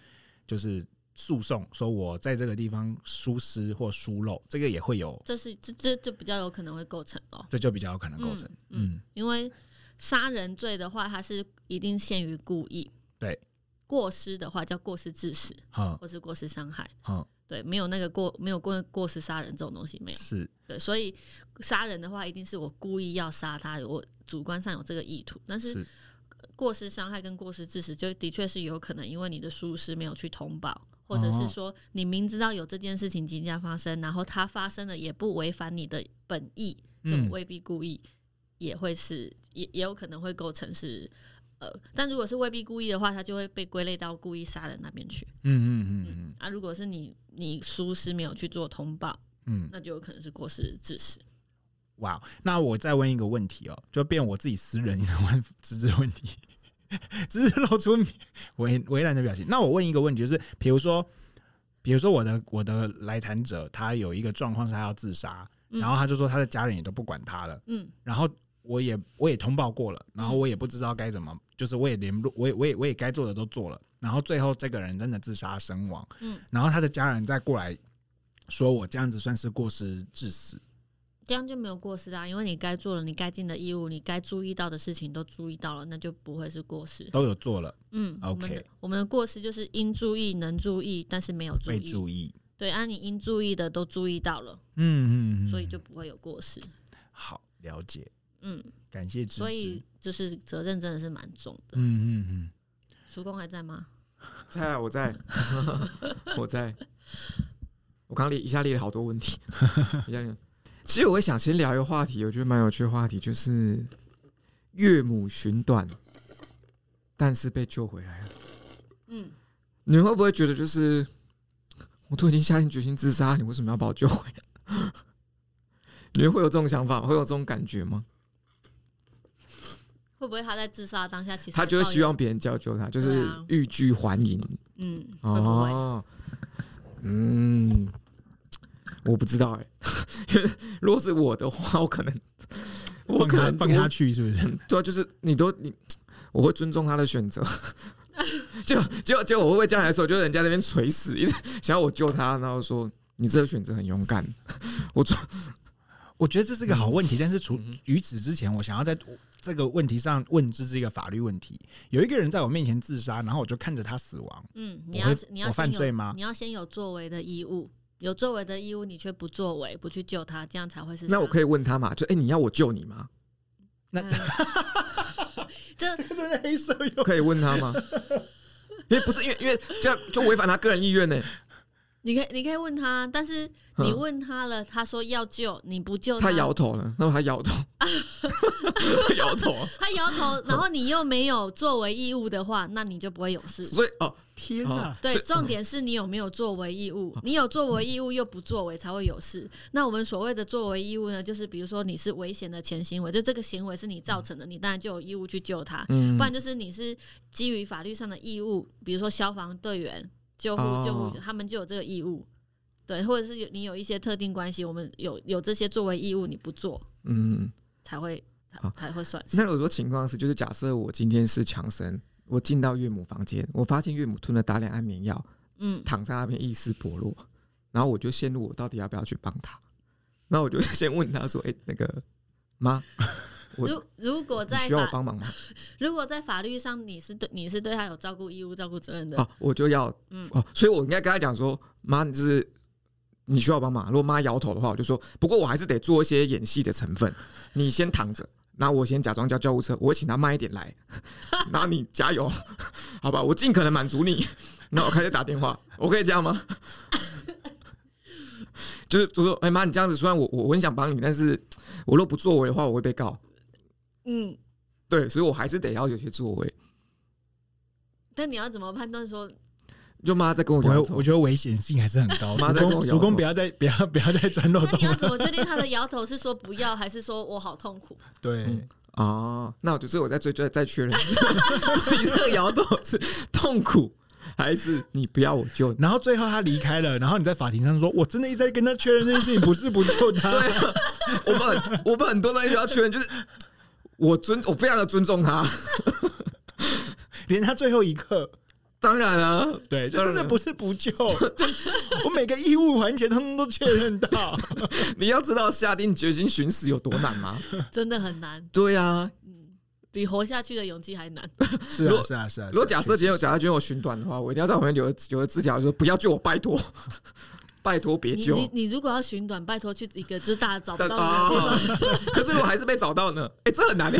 S1: 就是诉讼，说我在这个地方疏失或疏漏，这个也会有，
S2: 这是这这这比较有可能会构成哦，
S1: 这就比较有可能构成。
S2: 嗯
S1: 嗯
S2: 因为杀人罪的话，它是一定限于故意。
S1: 对，
S2: 过失的话叫过失致死
S1: 好
S2: 或是过失伤害。
S1: 好
S2: 对，没有那个过没有过过失杀人这种东西没有。
S1: 是
S2: 对，所以杀人的话，一定是我故意要杀他，我主观上有这个意图。但是
S1: 是
S2: 过失伤害跟过失致死，就的确是有可能因为你的疏失没有去通报，或者是说你明知道有这件事情即将发生，然后它发生了也不违反你的本意，就
S1: 嗯
S2: 未必故意，也会是也也有可能会构成是。呃，但如果是未必故意的话，它就会被归类到故意杀人那边去。
S1: 嗯嗯嗯嗯
S2: 啊，如果是你你疏失没有去做通报，
S1: 嗯，
S2: 那就有可能是过失致死。
S1: 哇，哦那我再问一个问题哦，就变我自己私人的问资质问题， 只是露出为为难的表情。那我问一个问题，就是比如说，比如说我的我的来谈者，他有一个状况是他要自杀，
S2: 嗯
S1: 然后他就说他的家人也都不管他了，
S2: 嗯
S1: 然后我也我也通报过了，然后我也不知道该怎么，就是我也联络，我也我也我也该做的都做了，然后最后这个人真的自杀身亡，
S2: 嗯，
S1: 然后他的家人再过来说我这样子算是过失致死，
S2: 这样就没有过失啊，因为你该做了，你该尽的义务，你该注意到的事情都注意到了，那就不会是过失。
S1: 都有做了。
S2: 嗯
S1: OK
S2: 我们的我们的过失就是应注意、能注意，但是没有注
S1: 被
S2: 意。
S1: 注意。
S2: 对，啊，你应注意的都注意到了，
S1: 嗯嗯嗯，
S2: 所以就不会有过失。
S1: 好了解，
S2: 嗯，
S1: 感谢支持。
S2: 所以就是责任真的是蛮重的。
S1: 嗯嗯嗯，
S2: 叔公还在吗？
S3: 在啊，我 在，我在。我刚列一下列了好多问 题，一下列。其实我想先聊一个话题，我觉得蛮有趣的话题，就是岳母寻短，但是被救回来了。
S2: 嗯，
S3: 你会不会觉得就是我都已经下定决心自杀，你为什么要把我救回来？ 你们会有这种想法吗？会有这种感觉吗？
S2: 会不会他在自杀当下其实
S3: 他就会
S2: 抱有
S3: 希望别人叫救他，就是
S2: 对啊
S3: 欲拒还迎，
S2: 嗯会不会？
S3: 哦，嗯，我不知道哎、因为 如果是我的话，我可能，我
S1: 放
S3: 可
S1: 他
S3: 能
S1: 放他，去是不 是？
S3: 对啊，就是你都你，我会尊重他的选择。 就就就我会不会这样来说？就是人家那边垂死，一直想要我救他，然后说你这个选择很勇敢。 我做
S1: 我觉得这是个好问题，但是除
S3: 嗯
S1: 于此之前，我想要在这个问题上问这是一个法律问题。有一个人在我面前自杀，然后我就看着他死亡，
S2: 嗯，你
S1: 我
S2: 要
S1: 会
S2: 你
S1: 我
S2: 要
S1: 犯
S2: 先
S1: 罪
S2: 有
S1: 吗
S2: 你要先有作为的义务，有作为的义务，你却不作为，不去救他，这样才会是
S3: 那我可
S2: 以，
S3: 以问他嘛？就哎、你要我救 你吗？
S1: 那
S2: 嗯 这
S1: 这是黑社会。
S3: 可以问他吗？因为不是因为因为这样就违反他个人意愿呢、
S2: 你可以你可以问他，但是
S3: 嗯
S2: 你问他了，他说要救，你不救
S3: 他摇头了，那么他 摇头，他摇头啊、
S2: 他摇 头，然后你又没有作为义务的话，那你就不会有事。
S3: 所以哦，
S1: 天
S3: 哪
S1: 哪！
S2: 对
S3: 所，以嗯
S2: 重点是你有没有作为义务，你有作为义务又不作为才会有事。那我们所谓的作为义务呢，就是比如说你是危险的前行为，就这个行为是你造成的，你当然就有义务去救他。
S3: 嗯
S2: 不然就是你是基于法律上的义务，比如说消防队员、救护、
S3: 哦
S2: 救护，他们就有这个义务。对，或者是有你有一些特定关系，我们有有这些作为义务，你不做
S3: 嗯，
S2: 才会才
S3: 好
S2: 才会算是。
S3: 那如果说情况是，就是假设我今天是强生，我进到岳母房间，我发现岳母吞了大量安眠药，
S2: 嗯，
S3: 躺在那边意识薄弱，然后我就陷入我到底要不要去帮他？那我就先问他说：“哎、那个妈，我
S2: 如如果
S3: 你
S2: 在
S3: 需要我
S2: 法
S3: 帮忙吗？
S2: 如果在法律上你是对你是对他有照顾义务、照顾责任的，
S3: 哦，我就要
S2: 嗯
S3: 哦，所以我应该跟他讲说，妈，你就是你需要帮忙。如果妈摇头的话，我就说，不过我还是得做一些演戏的成分。你先躺着，那我先假装叫救护车，我会请他慢一点来， 然后你加油， 好吧，我尽可能满足你。那我开始打电话，我可以这样吗？ 就是我说，哎、妈，你这样子，虽然我我我很想帮你，但是我若不作为的话，我会被告。
S2: 嗯，
S3: 对，所以我还是得要有些作为。
S2: 但你要怎么判断说
S3: 就妈在跟我摇
S1: 我
S3: 头
S1: 我，觉得危险性还是很高。
S3: 妈
S1: 叔
S3: 在跟
S1: 公，
S3: 我摇
S1: 叔公
S3: 头
S1: 不要再不要不要再
S3: 哦
S1: 钻漏
S2: 那
S1: 洞
S2: 你要
S1: 了。
S2: 怎么确定他的摇头是说不要，还是说我好痛苦？
S1: 对
S3: 嗯，哦，那我就是我在追追再 确认，你这个摇头是痛苦还是你不要我救你？
S1: 然后最后他离开了，然后你在法庭上说：“我真的一直在跟他确认这件事情，不是不救他。
S3: 对啊，我们很我们很多东西都要确认，就是我尊我非常的尊重他，
S1: 连他最后一刻，
S3: 当然啊，
S1: 对，就
S3: 当
S1: 真的
S3: 然
S1: 不是不 救，就我每个义务环节通通都确认 到。
S3: 你要知道下定决心寻死有多难 吗？
S2: 真的很难，
S3: 对啊，
S2: 比活下去的勇气还难。
S1: 是
S3: 啊
S1: 啊，是啊，是啊。
S3: 如果假设今天有假设今天我寻短的话，我一定要在旁边留个留个字条，说不要救我，拜托， 拜托别
S2: 你
S3: 救。
S2: 你你如果要寻短，拜托去一个就是大家找不
S3: 但
S2: 到的地
S3: 哦
S2: 方，，
S3: 可是如果还是被找到呢？哎、这很难诶、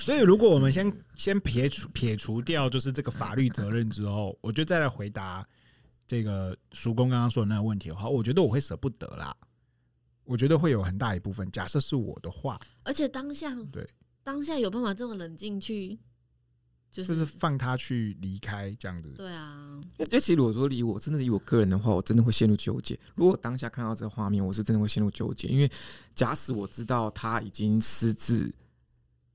S1: 所以，如果我们先先撇除撇除掉就是这个法律责任之后，我觉得再来回答这个叔公刚刚说的那个问题的话，我觉得我会舍不得啦。我觉得会有很大一部分，假设是我的话，
S2: 而且当下
S1: 对
S2: 当下有办法这么冷静去，
S1: 就
S2: 就
S1: 是是放他去离开这样 子。
S2: 对啊，
S3: 就其实我说，以我真的以我个人的话，我真的会陷入纠结。如果当下看到这个画面，我是真的会陷入纠结，因为假使我知道他已经失智、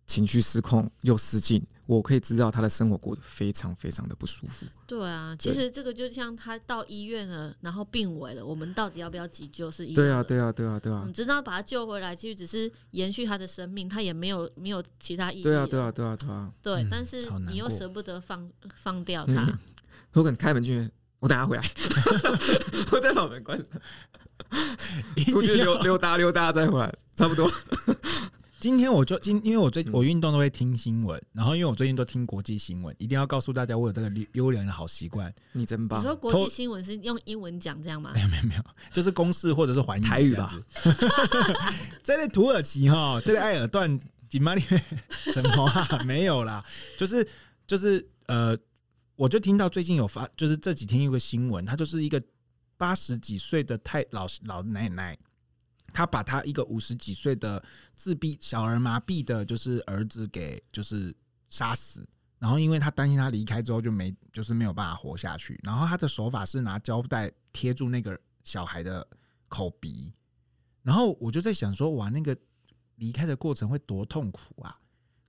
S3: 情绪失控又失禁，我可以知道他的生活过得非常非常的不舒服。
S2: 对啊。其实这个就像他到医院了，然后病危了，我们到底要不要急救是一样
S3: 对啊，
S2: 的。
S3: 对啊，对啊，对
S2: 我
S3: 啊
S2: 们，知道把他救回来，其实只是延续他的生命，他也没有没有其他意义。
S3: 对啊，对啊，对啊，对啊。
S2: 对
S1: 嗯
S2: 但是
S1: 好难
S2: 你又
S1: 过
S2: 舍不得放放掉他，
S3: 嗯我可能开门进去，我等下回来，我再把门关上，出去溜溜达溜达再回来，差不多。
S1: 今天我就今，因为我最
S3: 嗯
S1: 我运动都会听新闻，然后因为我最近都听国际新闻，一定要告诉大家我有这个优优良的好习惯。
S3: 你真
S2: 你
S3: 棒，
S2: 说国
S1: 偷
S2: 际新闻是用英文讲这样吗
S1: 没？有没有没有，就是公式或者是环
S3: 台语吧。
S1: 这类土耳其哈，这类埃尔段锦马里面什么啊？没有啦，就是就是呃，我就听到最近有发，就是这几天有个新闻，她就是一个八十几岁的太老老奶奶。她把她一个五十几岁的自闭小儿麻痹的，就是儿子给就是杀死，然后因为他担心他离开之后就没就是没有办法活下去，然后他的手法是拿胶带贴住那个小孩的口鼻，然后我就在想说，哇，那个离开的过程会多痛苦啊！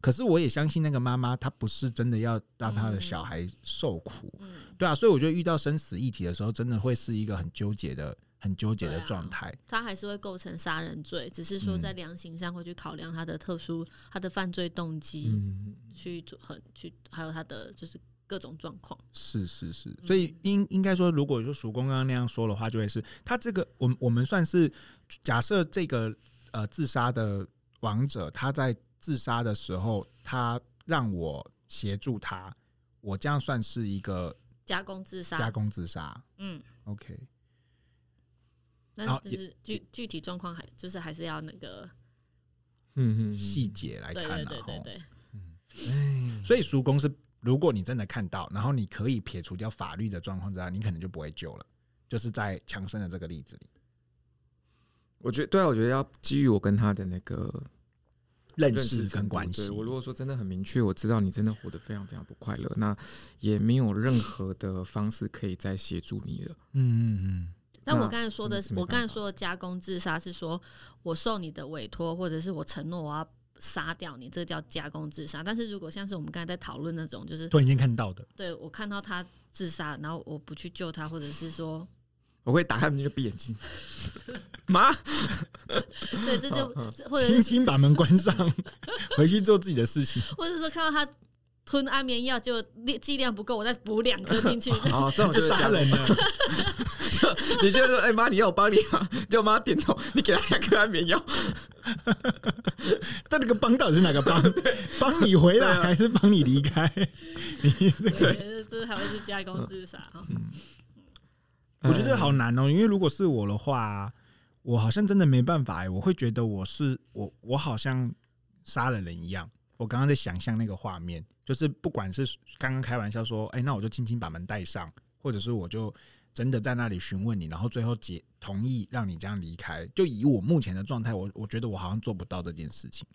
S1: 可是我也相信那个妈妈，她不是真的要让她的小孩受苦，
S2: 嗯，
S1: 对啊，所以我觉得遇到生死议题的时候，真的会是一个很纠结的、很纠结的
S2: 对啊
S1: 状态。
S2: 他还是会构成杀人罪，只是说
S1: 嗯
S2: 在量刑上会去考量他的特殊、他的犯罪动机、
S3: 嗯，
S2: 去做很去，还有他的就是各种状况。
S1: 是是是，
S2: 嗯
S1: 所以应应该说，如果就曙光刚刚那样说的话，就会是他这个，我们我们算是假设这个呃自杀的王者，他在自杀的时候，他让我协助他，我这样算是一个
S2: 加工自杀，
S1: 加工自杀。
S2: 嗯，
S1: OK，然
S2: 那
S1: 后
S2: 就
S1: 也
S2: 是具具体状况还就是还是要那个，
S3: 嗯嗯，
S1: 细节来
S2: 对
S1: 看
S2: 对
S1: 啊
S2: 对对
S1: 吼
S2: 对，
S3: 哎
S1: 所以叔公是，如果你真的看到，然后你可以撇除掉法律的状况之下，你可能就不会救了。就是在强生的这个例子里，
S3: 我觉得对啊，我觉得要基于我跟他的那个
S1: 认
S3: 认
S1: 识
S3: 识
S1: 跟
S3: 程度
S1: 关系
S3: 对，我如果说真的很明确，我知道你真的活得非常非常不快乐，那也没有任何的方式可以再协助你了。
S1: 嗯嗯嗯，
S2: 但
S3: 那
S2: 我刚才说
S3: 真的
S2: 的
S3: 是
S2: 是，
S3: 没
S2: 我刚才
S3: 办法
S2: 说的加工自杀是说我受你的委托，或者是我承诺我要杀掉你，这叫加工自杀。但是如果像是我们刚才在讨论那种，就是
S1: 突然间看到的，
S2: 对我看到他自杀了，然后我不去救他，或者是说，
S3: 我会打开门就闭眼睛， 妈，
S2: 对，这就
S3: 嗯
S2: 这或者
S1: 轻
S2: 是
S1: 轻把门关上，回去做自己的事 情。
S2: 或者是说看到他吞安眠药就量剂量不够，我再补两颗进 去。
S3: 哦，这种就是
S1: 杀
S3: 家人，
S1: 人了，
S3: 你 就说，哎、妈，你要我帮你吗？就妈点头，你给他两颗安眠药，
S1: 但那个帮到底是哪个 帮？帮你回来
S3: 对啊
S1: 还是帮你离开？ 你这个，
S2: 对，这还会是加工自杀
S3: 嗯
S2: 哦哈。
S1: 我觉得好难哦。因为如果是我的话，我好像真的没办法哎，我会觉得我是我，我好像杀了人一样。我刚刚在想象那个画面，就是不管是刚刚开玩笑说，哎，那我就轻轻把门带上，或者是我就真的在那里询问你，然后最后解同意让你这样离开。就以我目前的状态，我我觉得我好像做不到这件事情。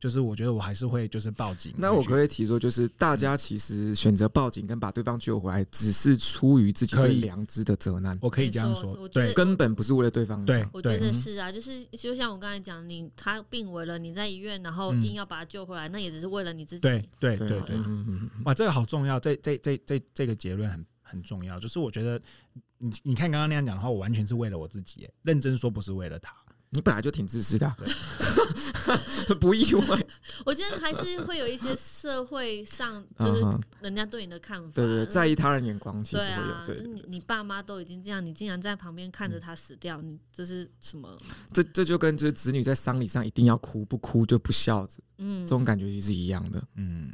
S1: 就是我觉得我还是会就是报警。
S3: 那我可不可以提出，就是大家其实选择报警跟把对方救回来，只是出于自己
S1: 可
S3: 对
S1: 以
S3: 良知的责难，
S1: 我可以这样
S2: 没错
S1: 说，
S2: 我
S1: 对
S2: 觉得
S3: 根本不是为了对方
S1: 对
S3: 想。
S2: 我觉
S1: 对，
S2: 得
S1: 嗯
S2: 是啊，就是就像我刚才讲，你他病危了，你在医院，然后
S1: 嗯
S2: 硬要把他救回来，那也只是为了你自己。
S1: 对对对
S3: 对
S1: 对，
S3: 嗯嗯嗯
S1: 哇，这个好重要，这这这这这个结论很很重要，就是我觉得你你看刚刚那样讲的话，我完全是为了我自己耶，认真说不是为了他，
S3: 你本来就挺自私的啊， 不意外。
S2: 我觉得还是会有一些社会上 就
S3: 嗯
S2: 是
S3: 哼，
S2: 人家对你的看法，
S3: 对对，对
S2: 嗯
S3: 在意他人眼光其
S2: 对
S3: 实会有
S2: 啊，，就
S3: 对嗯
S2: 是，你你爸妈都已经这样，你竟然在旁边看着他死掉，你这是什么？
S3: 这这就跟就是子女在丧礼上一定要哭，不哭就不孝子，
S2: 嗯
S3: 这，种感觉其实是一样的。
S1: 嗯，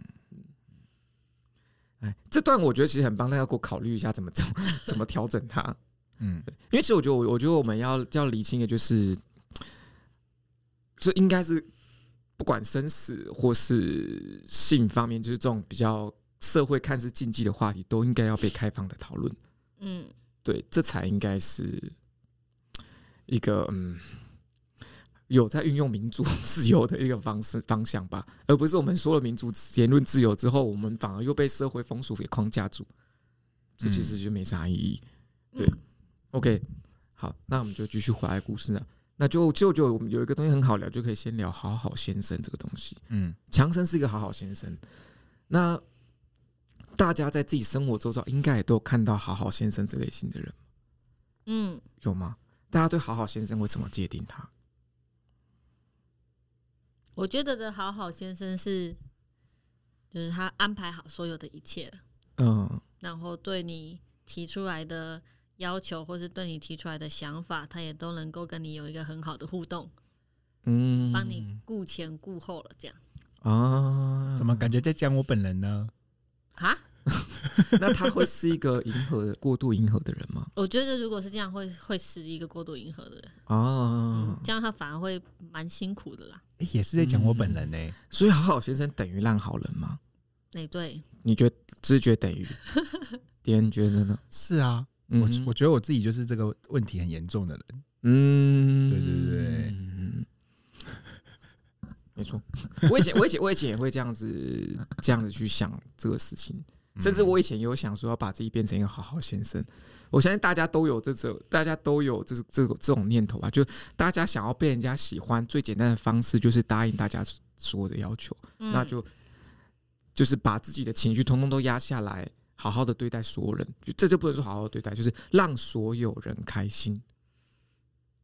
S3: 哎，这段我觉得其实很棒，大家给我考虑一下怎么怎 么怎么调整它。
S1: 嗯，
S3: 因为其实我觉得我我觉得我们要要理清的就是，这应该是不管生死或是性方面，就是这种比较社会看似禁忌的话题，都应该要被开放的讨论。
S2: 嗯，
S3: 对，这才应该是一个嗯，有在运用民主 自由的一个方式方向吧，而不是我们说了民主言论自由之后，我们反而又被社会风俗给框架住，这其实就没啥意义。对
S2: 嗯
S3: OK，好，那我们就继续回来故事了。那就舅舅，我们有一个东西很好聊，就可以先聊好好先生这个东西。
S1: 嗯
S3: 强生是一个好好先生。那大家在自己生活周遭，应该也都有看到好好先生这类型的人。
S2: 嗯，
S3: 有吗？大家对好好先生会怎么界定他？
S2: 我觉得的好好先生是，就是他安排好所有的一切，
S3: 嗯，
S2: 然后对你提出来的要求，或是对你提出来的想法，他也都能够跟你有一个很好的互动，
S3: 嗯
S2: 帮你顾前顾后了，这样
S3: 啊，
S1: 怎么？感觉在讲我本人呢？
S2: 啊？
S3: 那他会是一个迎合的过度迎合的人吗？
S2: 我觉得如果是这样，会会是一个过度迎合的人，
S3: 啊，
S2: 这样他反而会蛮辛苦的啦。
S1: 诶也是在讲我本人呢、
S3: 所以好好先生等于烂好人吗？
S2: 哎、对，
S3: 你觉得知觉等于？别人觉得呢？
S1: 是啊，
S3: 嗯
S1: 我我觉得我自己就是这个问题很严重的人，
S3: 嗯
S1: 对对对
S3: 嗯 没错。我以前我以前我以前也会这样子这样子去想这个事情，
S1: 嗯
S3: 甚至我以前也有想说要把自己变成一个好好先生。我相信大家都有这种，大家都有这这种这种念头吧。就大家想要被人家喜欢，最简单的方式就是答应大家所有的要求，
S2: 嗯、
S3: 那就就是把自己的情绪通通都压下来，好好的对待所有人。就这就不能说好好地对待，就是让所有人开心。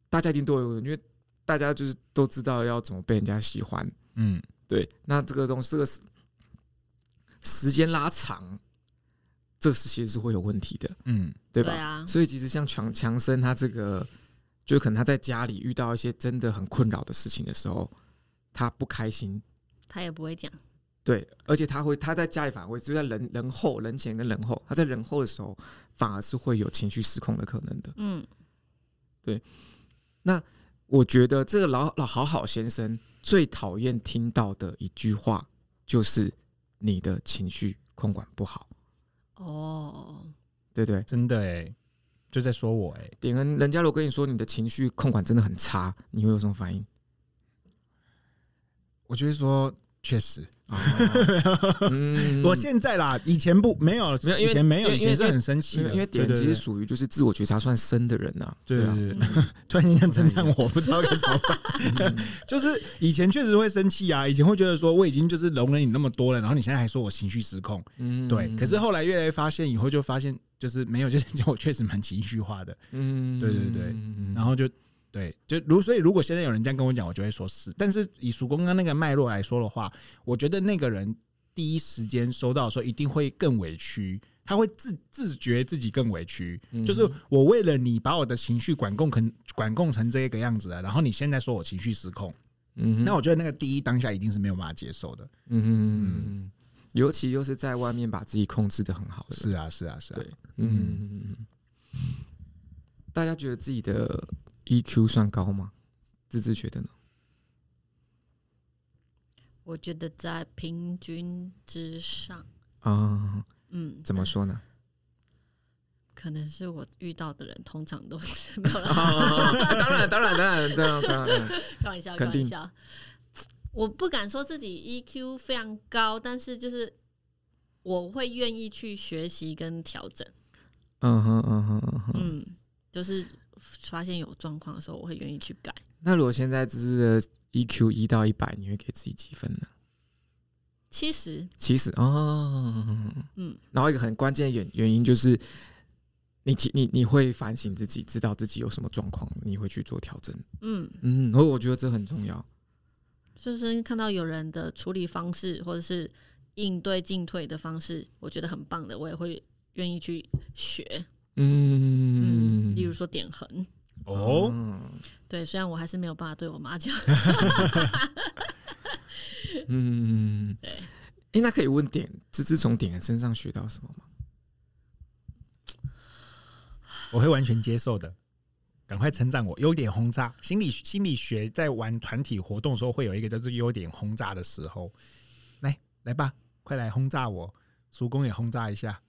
S3: 大家一定都有，因为大家就是都知道要怎么被人家喜欢。
S1: 嗯
S3: 对，那这个东西，这个时时间拉长，这是其实是会有问题的，
S1: 嗯
S3: 对
S2: 对
S3: 吧？
S2: 啊，
S3: 所以其实像强强森他这个，就可能他在家里遇到一些真的很困扰的事情的时候，他不开心，
S2: 他也不会讲，
S3: 对，而且他会他在家里反而会就在人人后人前跟人后，他在人后的时候反而是会有情绪失控的可能的。
S2: 嗯
S3: 我觉得这个老老好好先生最讨厌听到的一句话就是你的情绪控管不好，
S2: 哦，
S3: 对不对？
S1: 真的哎、就在说我哎、
S3: 点恩，人家如果跟你说你的情绪控管真的很差，你会有什 么反应？
S1: 我就会说确实，
S3: 哦嗯
S1: 我现在啦，以前不没有，
S3: 没有因为
S1: 以前没有，
S3: 因为
S1: 以前是很生气
S3: 因为
S1: 的，
S3: 因为点恩
S1: 对
S3: 其
S1: 对
S3: 实属于就是自我觉察算深的人呐、啊，
S1: 对对
S3: 啊
S1: 对，对
S2: 嗯
S1: 对，突然间称赞我，不知道该怎么办。
S3: 啊
S1: 就是以前确实会生气啊，以前会觉得说我已经就是容忍你那么多了，然后你现在还说我情绪失控，
S3: 嗯
S1: 对。可是后来越来越发现，以后就发现 就是没有，就是我确实蛮情绪化的，
S3: 嗯
S1: 对对对，
S3: 嗯
S1: 然后就对，就如所以如果现在有人这样跟我讲，我就会说是。但是以曙光刚那个脉络来说的话，我觉得那个人第一时间收到的时候一定会更委屈。他会自自觉自己更委屈，
S3: 嗯
S1: 就是我为了你把我的情绪管控成管控成这个样子了，然后你现在说我情绪失控，
S3: 嗯哼
S1: 那我觉得那个第一当下一定是没有办法接受的。
S3: 嗯哼，尤其又是在外面把自己控制的很好的人，
S1: 是啊，是啊，是啊
S3: 对。嗯，大家觉得自己的 EQ 算高吗？自治觉得呢？
S2: 我觉得在平均之上，
S3: 啊，
S2: 嗯，
S3: 怎么说 呢？
S2: 可能是我遇到的人通常都是 没有啦，
S3: 啊，当然，当然，当然，当然，当然，
S2: 开玩笑，
S3: 肯
S2: 开
S3: 定
S2: 玩笑。我不敢说自己 EQ 非常高，但是就是我会愿意去学习跟调整。
S3: 嗯哼嗯哼嗯哼。
S2: 嗯，就是发现有状况的时候，我会愿意去改。
S3: 那如果现在芝芝的 EQ 一到一百，你会给自己几分呢？
S2: 其实
S3: 其实哦，
S2: 嗯，
S3: 然后一个很关键的原原因就是你其你你会反省自己，知道自己有什么状况，你会去做调整。
S2: 嗯，
S3: 嗯，我我觉得这很重要。
S2: 就是看到有人的处理方式或者是应对进退的方式，我觉得很棒的，我也会愿意去学。
S3: 嗯
S2: 嗯，例如说点横，
S1: 哦，
S2: 对，虽然我还是没有办法对我妈讲，
S3: 嗯，
S2: 对
S3: 哎、那可以问点芝芝从点人身上学到什么吗？
S1: 我会完全接受的。赶快称赞我，优点轰炸。心理心理学在玩团体活动的时候，会有一个叫做优点轰炸的时候。来来吧，快来轰炸我，叔公也轰炸一下。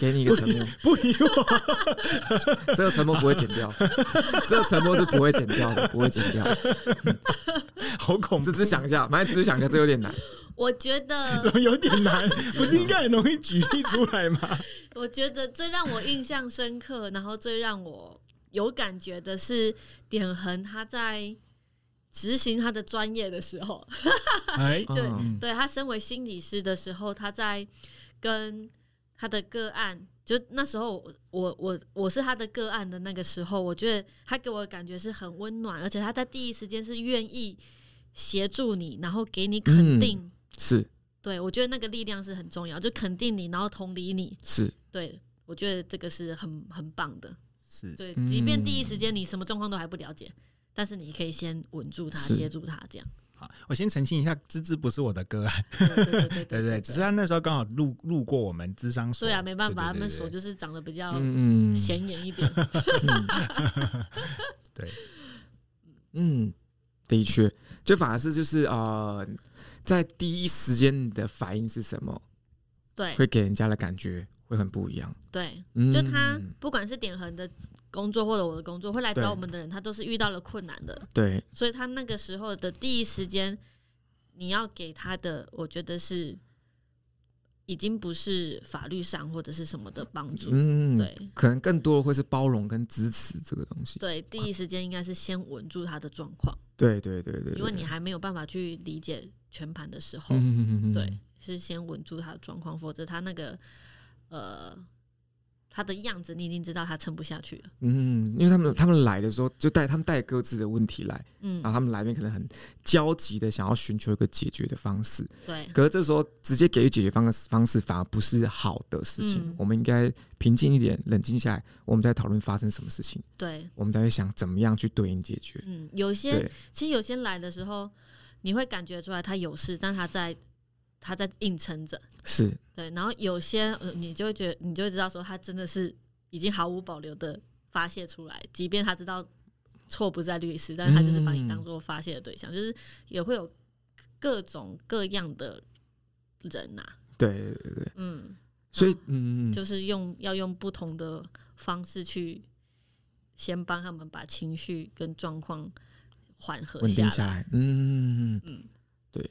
S3: 给你一个 沉默，
S1: 不理我，
S3: 这个沉默不会剪掉，这个沉默是不会剪掉的，不会剪掉。
S1: 好恐怖
S3: 芝，芝想一下，反正芝芝想一下，这有点难。
S2: 我觉 得
S1: 怎么有点难？不是应该很容易举例出来 吗？
S2: 我觉得最让我印象深刻，然后最让我有感觉的是点恒他在执行他的专业的时候，
S1: 哎，
S2: 对
S3: 嗯
S2: 对他身为心理师的时候，他在跟他的个案，就那时候我我我我是他的个案的那个时候，我觉得他给我的感觉是很温暖，而且他在第一时间是愿意协助你，然后给你肯定。
S3: 是
S2: 对我觉得那个力量是很重要，就肯定你，然后同理你。
S3: 是，
S2: 对我觉得这个是很很棒的。
S1: 是
S2: 对，
S3: 嗯
S2: 即便第一时间你什么状况都还不了解，但是你可以先稳住他，
S3: 是
S2: 接住他，这样。
S1: 好，我先澄清一下，芝芝不是我的啊个案，
S2: 对对对
S1: 对
S2: 对
S1: 对， 只是他那时候刚好路路过我们智商所，
S2: 对啊，没办法，他
S1: 对对对
S2: 们手就是长得比较
S3: 嗯嗯
S2: 显眼一点。
S1: 对，
S3: 嗯，的确，就反而是就是呃，在第一时间你的反应是什么，
S2: 对
S3: 会给人家的感觉会很不一样。
S2: 对，
S3: 嗯，
S2: 就他不管是点恒的工作或者我的工作，会来
S3: 对
S2: 找我们的人，他都是遇到了困难的，
S3: 对，
S2: 所以他那个时候的第一时间，你要给他的，我觉得是已经不是法律上或者是什么的帮助。
S3: 嗯，
S2: 对
S3: 可能更多的会是包容跟支持这个东西。
S2: 对，第一时间应该是先稳住他的状况。
S3: 对对对对，
S2: 因为
S3: 对
S2: 你还没有办法去理解全盘的时候，
S3: 嗯，
S2: 对，是先稳住他的状况，否则他那个呃他的样子，你已经知道他撑不下去了。
S3: 嗯，因为他们他们来的时候就带他们带各自的问题来，
S2: 嗯，
S3: 然后他们来面可能很焦急的想要寻求一个解决的方式，
S2: 对，
S3: 可是这时候直接给予解决方式方式反而不是好的事情，
S2: 嗯
S3: 我们应该平静一点，冷静下来，我们再讨论发生什么事情，
S2: 对，
S3: 我们再去想怎么样去对应解决。
S2: 嗯，有些
S3: 对，
S2: 其实有些来的时候，你会感觉出来他有事，但他在他在硬撑着。
S3: 是，
S2: 对，然后有些呃你就会觉得，你就会知道说他真的是已经毫无保留的发泄出来，即便他知道错不在律师，但是他就是把你
S3: 嗯
S2: 当做发泄的对象，就是也会有各种各样的人呐、
S3: 对对对对，
S2: 嗯，
S3: 所以嗯，
S2: 就是用要用不同的方式去先帮他们把情绪跟状况缓和
S3: 稳定
S2: 来，
S3: 下来，嗯
S2: 嗯
S3: 对。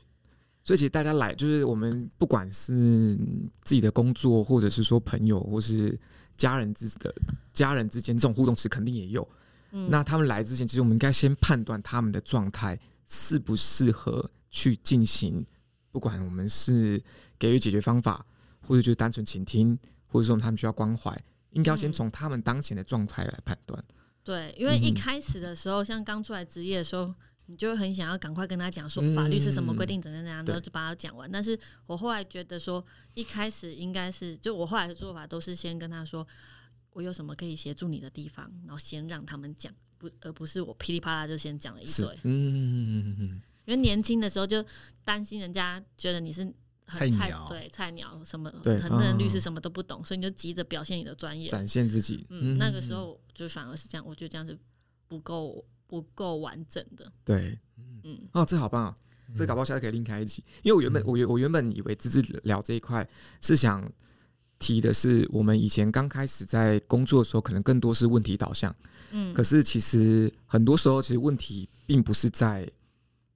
S3: 所以其实大家来，就是我们不管是自己的工作，或者是说朋友，或是家人之的家人之间这种互动，其实肯定也有。
S2: 嗯，
S3: 那他们来之前，其实我们应该先判断他们的状态适不适合去进行，不管我们是给予解决方法，或者就是单纯倾听，或者说他们需要关怀，应该要先
S2: 嗯
S3: 从他们当前的状态来判断。
S2: 对，因为一
S3: 嗯
S2: 开始的时候，像刚出来职业的时候，你就会很想要赶快跟他讲说法律是什么规定，怎样怎样，
S3: 嗯对
S2: 然后就把它讲完。但是我后来觉得说，一开始应该是就我后来的做法都是先跟他说，我有什么可以协助你的地方，然后先让他们讲，不而不是我噼里啪啦就先讲了一
S3: 是
S2: 堆。，
S3: 嗯，
S2: 因为年轻的时候就担心人家觉得你是
S1: 菜
S2: 很菜，
S1: 鸟
S2: 对菜鸟什么，
S3: 对
S2: 很多人律
S3: 嗯
S2: 师什么都不懂，所以你就急着表现你的专业。
S3: 展现自己。
S2: 嗯，那个时候就反而是这样，我觉得这样是不够不够完整的。
S3: 对，
S2: 嗯，
S3: 哦，这好棒哦！这搞不好下次可以另开一集，因为我原本、我原我原本以为芝芝聊这一块是想提的是，我们以前刚开始在工作的时候，可能更多是问题导向，
S2: 嗯
S3: 可是其实很多时候，其实问题并不是在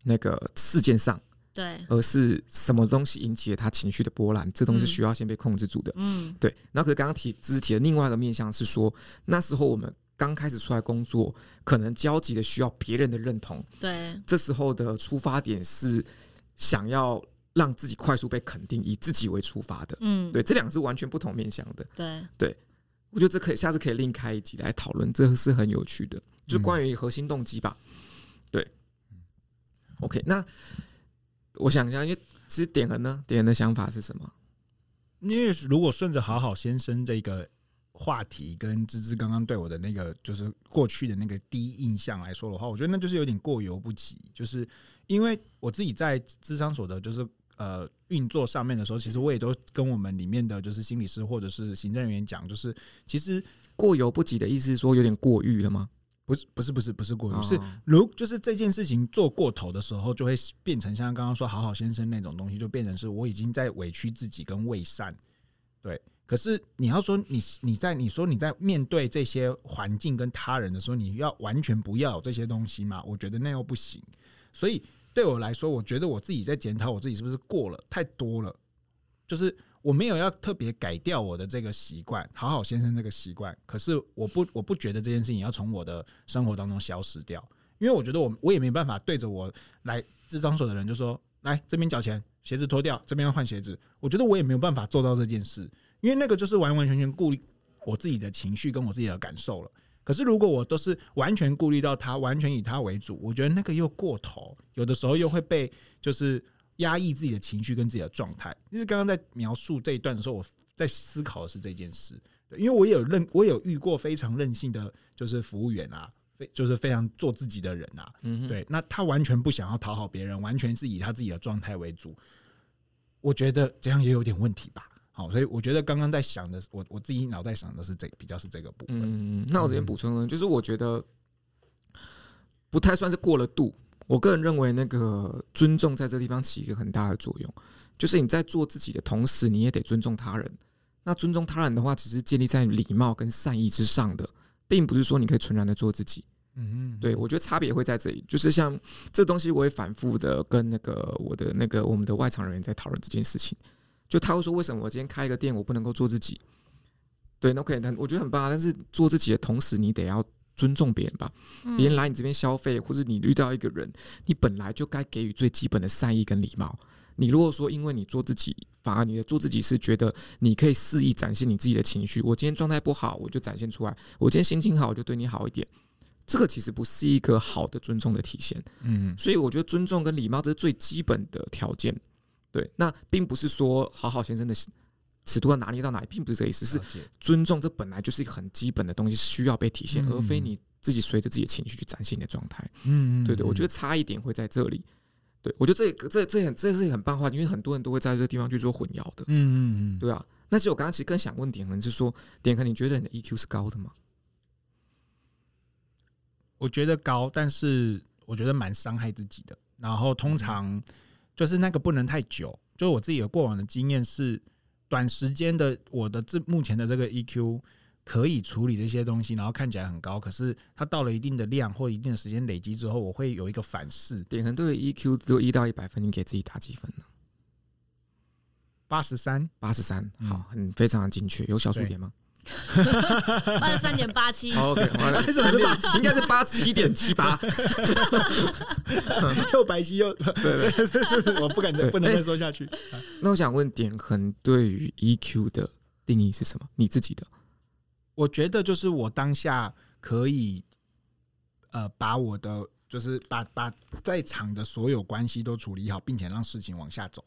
S3: 那个事件上，
S2: 对，
S3: 而是什么东西引起了他情绪的波澜，这东西
S2: 嗯
S3: 需要先被控制住的。
S2: 嗯
S3: 对，然后可是刚刚提只是提的另外一个面向是说，那时候我们刚开始出来工作，可能焦急的需要别人的认同，
S2: 对
S3: 这时候的出发点是想要让自己快速被肯定，以自己为出发的。
S2: 嗯
S3: 对，这两个是完全不同面向的。
S2: 对
S3: 我觉得这可以下次可以另开一集来讨论，这是很有趣的，就
S1: 嗯
S3: 关于核心动机吧。对，OK，那我想一下，因为其实点恒呢，点恒的想法是什么？
S1: 因为如果顺着好好先生这个话题跟芝芝刚刚对我的那个就是过去的那个第一印象来说的话，我觉得那就是有点过犹不及。就是因为我自己在智商所的，就是呃运作上面的时候，其实我也都跟我们里面的就是心理师或者是行政人员讲，就是其实
S3: 过犹不及的意思是说有点过誉了吗？
S1: 不是不是不是不是过犹，啊
S3: 哦
S1: 是如就是这件事情做过头的时候，就会变成像刚刚说好好先生那种东西，就变成是我已经在委屈自己跟伪善。对，可是你要说你你在你说你在面对这些环境跟他人的时候，你要完全不要有这些东西嘛？我觉得那又不行。所以对我来说，我觉得我自己在检讨我自己是不是过了太多了，就是我没有要特别改掉我的这个习惯，好好先生这个习惯。可是我不我不觉得这件事情要从我的生活当中消失掉，因为我觉得我我也没办法对着我来智障所的人就说来这边缴钱，鞋子脱掉，这边要换鞋子。我觉得我也没有办法做到这件事，因为那个就是完完全全顾虑我自己的情绪跟我自己的感受了。可是如果我都是完全顾虑到他，完全以他为主，我觉得那个又过头，有的时候又会被就是压抑自己的情绪跟自己的状态。就是刚刚在描述这一段的时候，我在思考的是这件事，对因为我也有任我有遇过非常任性的就是服务员啊，非就是非常做自己的人啊，
S3: 嗯哼，
S1: 对，那他完全不想要讨好别人，完全是以他自己的状态为主。我觉得这样也有点问题吧。好，所以我觉得刚刚在想的，我我自己脑袋想的是这比较是这个部分。
S3: 嗯，那我这边补充呢，就是我觉得不太算是过了度。我个人认为，那个尊重在这地方起一个很大的作用，就是你在做自己的同时，你也得尊重他人。那尊重他人的话，其实建立在礼貌跟善意之上的，并不是说你可以纯然的做自己。
S1: 嗯嗯，
S3: 对，我觉得差别会在这里，就是像这东西，我也反复的跟那个我的那个我们的外场人员在讨论这件事情，就他会说为什么我今天开一个店，我不能够做自己？对，那 OK，那我觉得很棒啊，但是做自己的同时，你得要尊重别人吧。
S2: 嗯
S3: 别人来你这边消费，或者你遇到一个人，你本来就该给予最基本的善意跟礼貌。你如果说因为你做自己，反而你的做自己是觉得你可以肆意展现你自己的情绪，我今天状态不好，我就展现出来；我今天心情好，我就对你好一点。这个其实不是一个好的尊重的体现。
S1: 嗯
S3: 所以我觉得尊重跟礼貌这是最基本的条件。对，那并不是说好好先生的尺度要拿捏到哪里，并不是这个意思，是
S1: 了解
S3: 尊重这本来就是一个很基本的东西，需要被体现，
S1: 嗯
S3: 而非你自己随着自己的情绪去展现你的状态。
S1: 嗯
S3: 对对，我觉得
S1: 得
S3: 差一点会在这里。对我觉得这个这这很这是很棒的话，因为很多人都会在这个地方去做混淆的，
S1: 嗯嗯嗯，
S3: 对啊。那其实我刚刚其实更想问点恒是说，点恒你觉得你的 EQ 是高的吗？
S1: 我觉得高，但是我觉得蛮伤害自己的。然后通常
S3: 嗯
S1: 就是那个不能太久，就是我自己有过往的经验是，短时间的我的这目前的这个 EQ 可以处理这些东西，然后看起来很高，可是它到了一定的量或一定的时间累积之后，我会有一个反噬。
S3: 点恒对于 EQ 只有一到一百分，你给自己打几分呢？
S1: 八十三，
S3: 八十三，
S1: 嗯
S3: 好，很非常的精确。有小数
S1: 对
S3: 点吗？
S2: 八十三点八七，
S1: 嗯
S3: 好，OK，好了，应该是八十七点七八，
S1: 又白皙又，
S3: 对对。
S1: 这是我不敢再
S3: 对
S1: 不能再说下去。
S3: 那我想问点恒对于 EQ 的定义是什么？你自己的，
S1: 我觉得就是我当下可以，呃，把我的就是把把在场的所有关系都处理好，并且让事情往下走。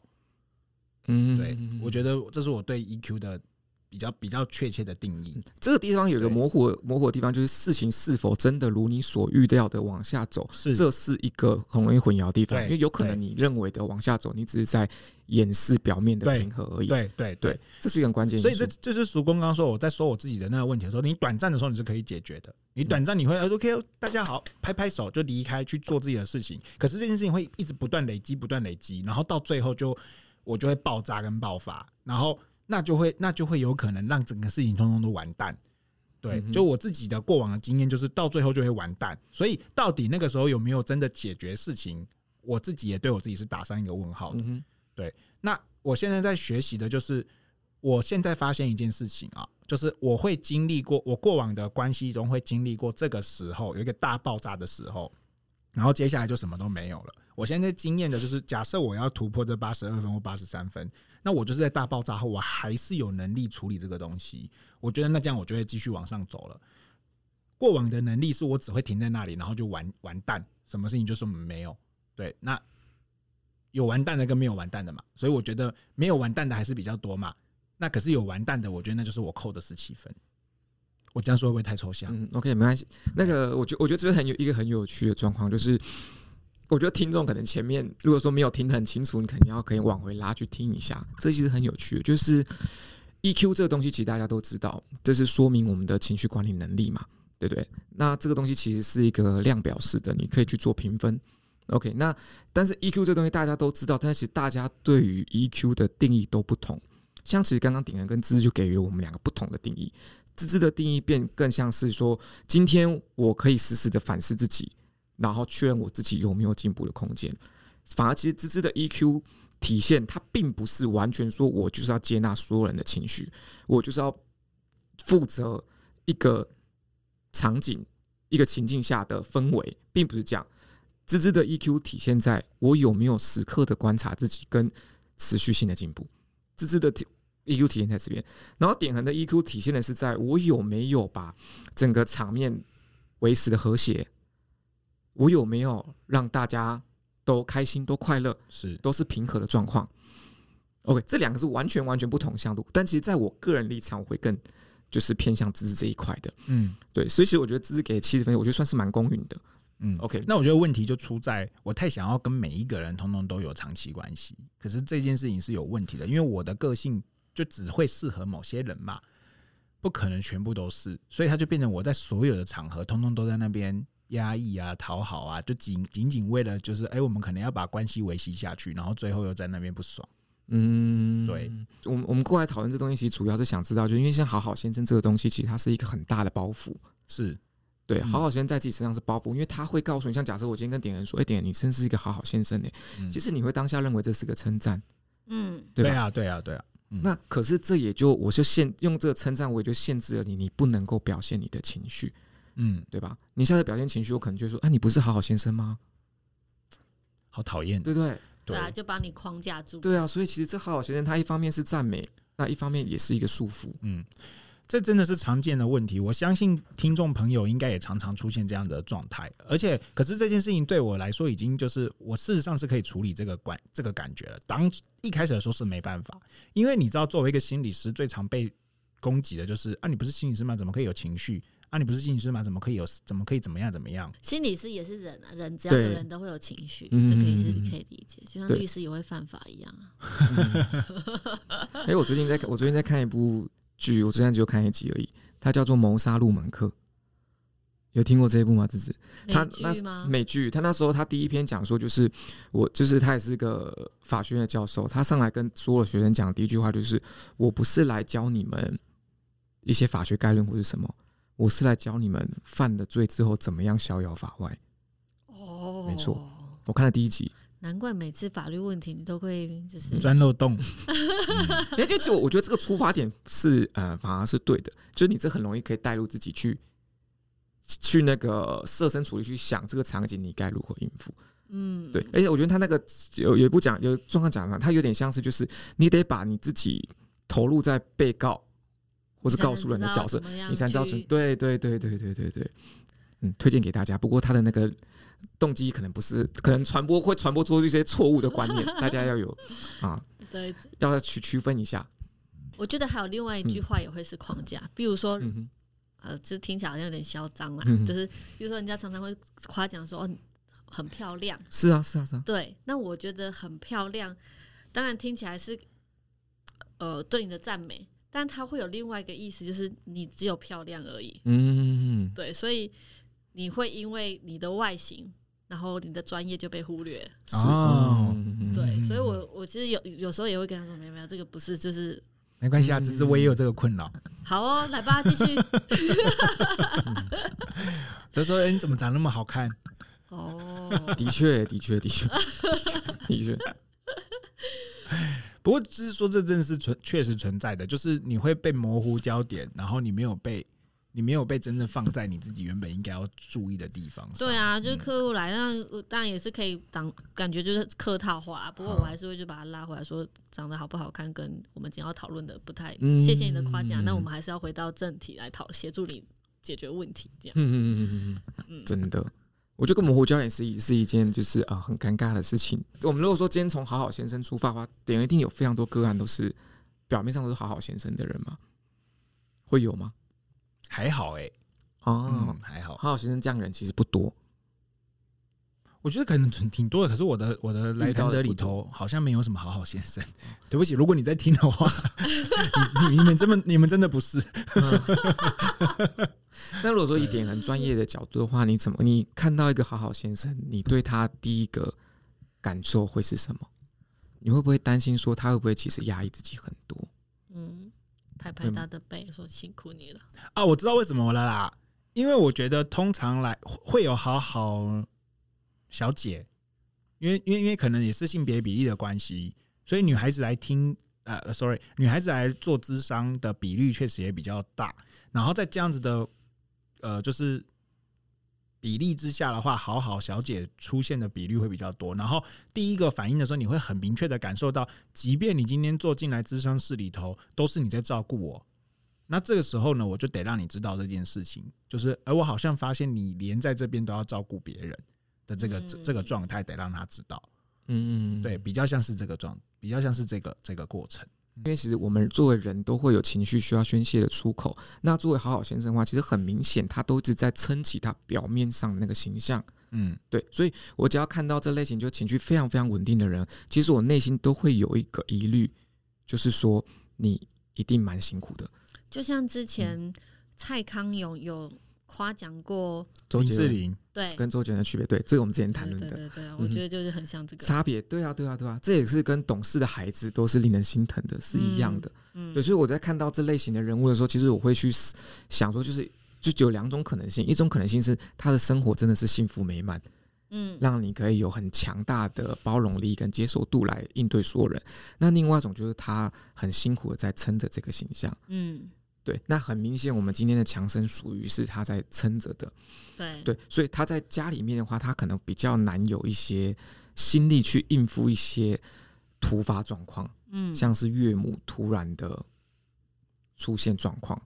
S3: 嗯
S1: 对，我觉得这是我对 EQ 的比较比较确切的定义。
S3: 这个地方有一个
S1: 对
S3: 模糊模糊的地方，就是事情是否真的如你所预料的往下走，
S1: 是
S3: 这是一个很容易混淆的地方，
S1: 对
S3: 因为有可能
S1: 对
S3: 你认为的往下走，你只是在掩饰表面的
S1: 对
S3: 平和而已。
S1: 对对对
S3: 对，这是一个很关键因素。
S1: 所以这这是曙光刚刚说我在说我自己的那个问题的时候，你短暂的时候你是可以解决的，你
S3: 嗯
S1: 短暂你会、呃 OK 大家好拍拍手就离开去做自己的事情，可是这件事情会一直不断累积不断累积，然后到最后就我就会爆炸跟爆发，然后那就会那就会有可能让整个事情通通都完蛋。对
S3: 嗯，哼
S1: 就我自己的过往的经验，就是到最后就会完蛋。所以到底那个时候有没有真的解决事情，我自己也对我自己是打上一个问号的。
S3: 嗯哼，
S1: 那我现在在学习的就是，我现在发现一件事情啊，就是我会经历过我过往的关系中会经历过这个时候有一个大爆炸的时候，然后接下来就什么都没有了。我现在经验的就是，假设我要突破这八十二分或八十三分，那我就是在大爆炸后，我还是有能力处理这个东西。我觉得那这样我就会继续往上走了。过往的能力是我只会停在那里，然后就完完蛋，什么事情就是没有。对，那有完蛋的跟没有完蛋的嘛，所以我觉得没有完蛋的还是比较多嘛。那可是有完蛋的，我觉得那就是我扣的十七分。我这样说会不会太抽象？
S3: 嗯，OK，没关系。那个，我觉我觉得这边很有一个很有趣的状况，就是我觉得听众可能前面如果说没有听得很清楚，你肯定要可以往回拉去听一下，这其实很有趣的就是 EQ 这个东西，其实大家都知道，这是说明我们的情绪管理能力嘛，对不对？那这个东西其实是一个量表式的，你可以去做评分。OK，那但是 EQ 这东西大家都知道，但是其实大家对于 EQ 的定义都不同。像其实刚刚鼎人跟芝芝就给予我们两个不同的定义，芝芝的定义变更像是说，今天我可以时时的反思自己，然后确认我自己有没有进步的空间。反而其实芝芝的 EQ 体现，它并不是完全说我就是要接纳所有人的情绪，我就是要负责一个场景、一个情境下的氛围，并不是这样。芝芝的 EQ 体现在我有没有时刻的观察自己跟持续性的进步。芝芝的 EQ 体现在这边，然后点恒的 EQ 体现的是在我有没有把整个场面维持的和谐，我有没有让大家都开心、都快乐，
S1: 是
S3: 都是平和的状况。OK，这两个是完全完全不同向度，但其实在我个人立场，我会更就是偏向芝芝这一块的。
S1: 嗯
S3: 对，所以其实我觉得芝芝给七十分，我觉得算是蛮公允的。
S1: 嗯
S3: OK，
S1: 那我觉得问题就出在我太想要跟每一个人通通都有长期关系，可是这件事情是有问题的，因为我的个性就只会适合某些人嘛，不可能全部都是，所以他就变成我在所有的场合通通都在那边压抑啊、讨好啊，就仅仅仅为了就是哎、我们可能要把关系维系下去，然后最后又在那边不爽。
S3: 嗯，
S1: 对，
S3: 我们我们过来讨论这东西，其实主要是想知道，就因为像好好先生这个东西，其实它是一个很大的包袱。
S1: 是，
S3: 对，
S1: 嗯
S3: 好好先生在自己身上是包袱，因为他会告诉你，像假设我今天跟点人说，哎、点人你真是一个好好先生哎、
S1: 嗯
S3: 其实你会当下认为这是个称赞，
S2: 嗯，
S3: 对吧？
S1: 啊，对啊，对啊，嗯
S3: 那可是这也就我就限用这个称赞，我也就限制了你，你不能够表现你的情绪，
S1: 嗯，
S3: 对吧？你下次表现情绪，我可能就说，哎、你不是好好先生吗？
S1: 嗯好讨厌，
S3: 对不对？
S2: 对啊，就把你框架住。
S3: 对啊，所以其实这好好先生他一方面是赞美，那一方面也是一个束缚。
S1: 嗯，这真的是常见的问题。我相信听众朋友应该也常常出现这样的状态，而且，可是这件事情对我来说，已经就是我事实上是可以处理这个关这个感觉了。当一开始的时候是没办法，因为你知道，作为一个心理师，最常被攻击的就是啊，你不是心理师吗？怎么可以有情绪？啊，你不是心理师吗？怎么可以有？怎么可以怎么样怎么样？
S2: 心理师也是人啊，人只要有
S3: 对
S2: 人都会有情绪，
S3: 嗯
S2: 这可以是可以理解，就像
S3: 对
S2: 律师也会犯法一样啊。
S1: 嗯
S3: 哎、我最近在看，我最近在看一部剧，我之前只有看一集而已，它叫做《谋杀入门课》，有听过这一部吗？芝芝？
S2: 美
S3: 他那
S2: 剧吗？
S3: 美剧，他那时候他第一篇讲说，就是我，就是他也是个法学院的教授，他上来跟所有学生讲的第一句话就是：我不是来教你们一些法学概论或是什么，我是来教你们犯了罪之后怎么样逍遥法外。
S2: 哦，
S3: 没错。我看了第 一集，
S2: 难怪每次法律问题你都会就是
S1: 钻漏洞，
S3: 哎，因为其实我我觉得这个出发点是呃反而是对的，就是你这很容易可以带入自己去去那个设身处地去想这个场景你该如何应付。
S2: 嗯，
S3: 对，而且我觉得他那个有有一部讲有状况讲嘛，他有点像是就是你得把你自己投入在被告或
S2: 我
S3: 是告诉人的角色，，你才知道准。
S2: 去
S3: 对对对对对对对，嗯，推荐给大家。不过他的那个动机可能不是，可能传播会传播出一些错误的观念，大家要有啊，
S2: 对，
S3: 要去区分一下。
S2: 我觉得还有另外一句话也会是框架，比如说
S3: 嗯哼，
S2: 呃，就是听起来好像有点嚣张啦，
S3: 嗯
S2: 就是比如说人家常常会夸奖说哦你很漂亮，
S3: 是啊是啊是啊，
S2: 对，那我觉得很漂亮，当然听起来是呃对你的赞美，但它会有另外一个意思，就是你只有漂亮而已，
S3: 嗯，
S2: 对，所以你会因为你的外形，然后你的专业就被忽略，
S3: 是
S1: 哦
S3: 嗯嗯嗯
S2: 对，
S1: 嗯
S2: 所以我我其实有有时候也会跟他说，没有没有，这个不是就是
S1: 没关系啊，芝芝我也有这个困扰。
S2: 好哦，来吧，继续。
S1: 他说：“哎，你怎么长那么好看
S2: 哦，
S3: 的确，的确，的确，的确，的确，？”
S1: 不过，就是说这真的是存确实存在的，就是你会被模糊焦点，然后你没有被你没有被真正放在你自己原本应该要注意的地方。
S2: 对，啊，就是客户来，那我当然也是可以当感觉就是客套话啊，不过我还是会就把他拉回来说，长得好不好看跟我们今天要讨论的不太。
S3: 嗯
S2: 谢谢你的夸奖，那我们还是要回到正题来讨协助你解决问题，这样。
S3: 嗯嗯嗯嗯嗯，真的。我觉得跟模糊焦点是一是一件就是啊、呃很尴尬的事情。我们如果说今天从好好先生出发的话，点一定有非常多个案都是表面上都是好好先生的人嘛，会有吗？
S1: 还好哎、
S3: 哦，
S1: 嗯，还好。
S3: 好好先生这样的人其实不 多。
S1: 我觉得可能挺挺多的，可是我的我的来谈者里头好像没有什么好好先生。对不起，如果你在听的话， 你你你们这么你们真的不是
S3: 那如果说以点很专业的角度的话，你怎么你看到一个好好先生，你对他第一个感受会是什么？你会不会担心说他会不会其实压抑自己很多？
S2: 嗯，拍拍他的背说辛苦你了。
S1: 啊！我知道为什么了啦，因为我觉得通常来会有好好小姐，因为因为因为可能也是性别比例的关系，所以女孩子来听呃，sorry，女孩子来做咨商的比率确实也比较大。然后在这样子的呃，就是比例之下的话，好好小姐出现的比率会比较多。然后第一个反应的时候，你会很明确的感受到，即便你今天坐进来咨商室里头，都是你在照顾我。那这个时候呢，我就得让你知道这件事情，就是，哎、我好像发现你连在这边都要照顾别人的这个、这这个
S2: 嗯
S1: 状态，得让他知道。
S3: 嗯嗯，嗯
S1: 对，，比较像是这个状，比较像是这个这个过程。
S3: 因为其实我们作为人都会有情绪需要宣泄的出口。那作为好好先生的话，其实很明显，他都一直在撑起他表面上的那个形象。
S1: 嗯，
S3: 对，所以我只要看到这类型就情绪非常非常稳定的人，其实我内心都会有一个疑虑，就是说你一定蛮辛苦的。
S2: 就像之前蔡康永有夸奖过，
S3: 周
S1: 林
S3: 杰
S1: 志
S3: 伦
S1: 玲，
S2: 对，
S3: 跟周杰伦的区别，对，这个我们之前谈
S2: 对
S3: 论
S2: 对
S3: 的
S2: 对对，
S3: 嗯
S2: 我
S3: 哼
S2: 觉得就是很像这个，
S3: 差别。对啊，对啊，对啊，这也是跟懂事的孩子都是令人心疼的，是一样的。
S2: 嗯
S3: 对，，所以我在看到这类型的人物的时候，其实我会去思想说，就是就只有两种可能性，一种可能性是他的生活真的是幸福美满，
S2: 嗯，
S3: 让你可以有很强大的包容力跟接受度来应对所有人；那另外一种就是他很辛苦的在撑着这个形象。
S2: 嗯，
S3: 对，那很明显，我们今天的强生属于是他在撑着的。
S2: 对，
S3: 对，所以他在家里面的话，他可能比较难有一些心力去应付一些突发状况。
S2: 嗯，
S3: 像是岳母突然的出现状况。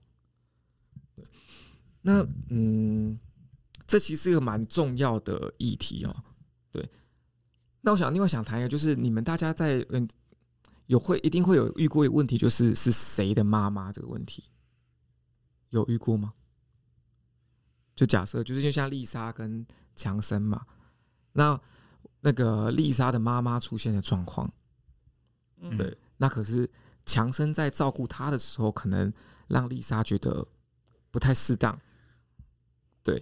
S3: 那嗯，这其实是一个蛮重要的议题哦。对，那我想另外想谈一个，就是你们大家在嗯有会一定会有遇过一个问题，就是是谁的妈妈这个问题，有遇过吗？就假设就是就像丽莎跟强森嘛，那那个丽莎的妈妈出现的状况。
S2: 嗯
S3: 对，那可是强生在照顾他的时候，可能让丽莎觉得不太适当。对，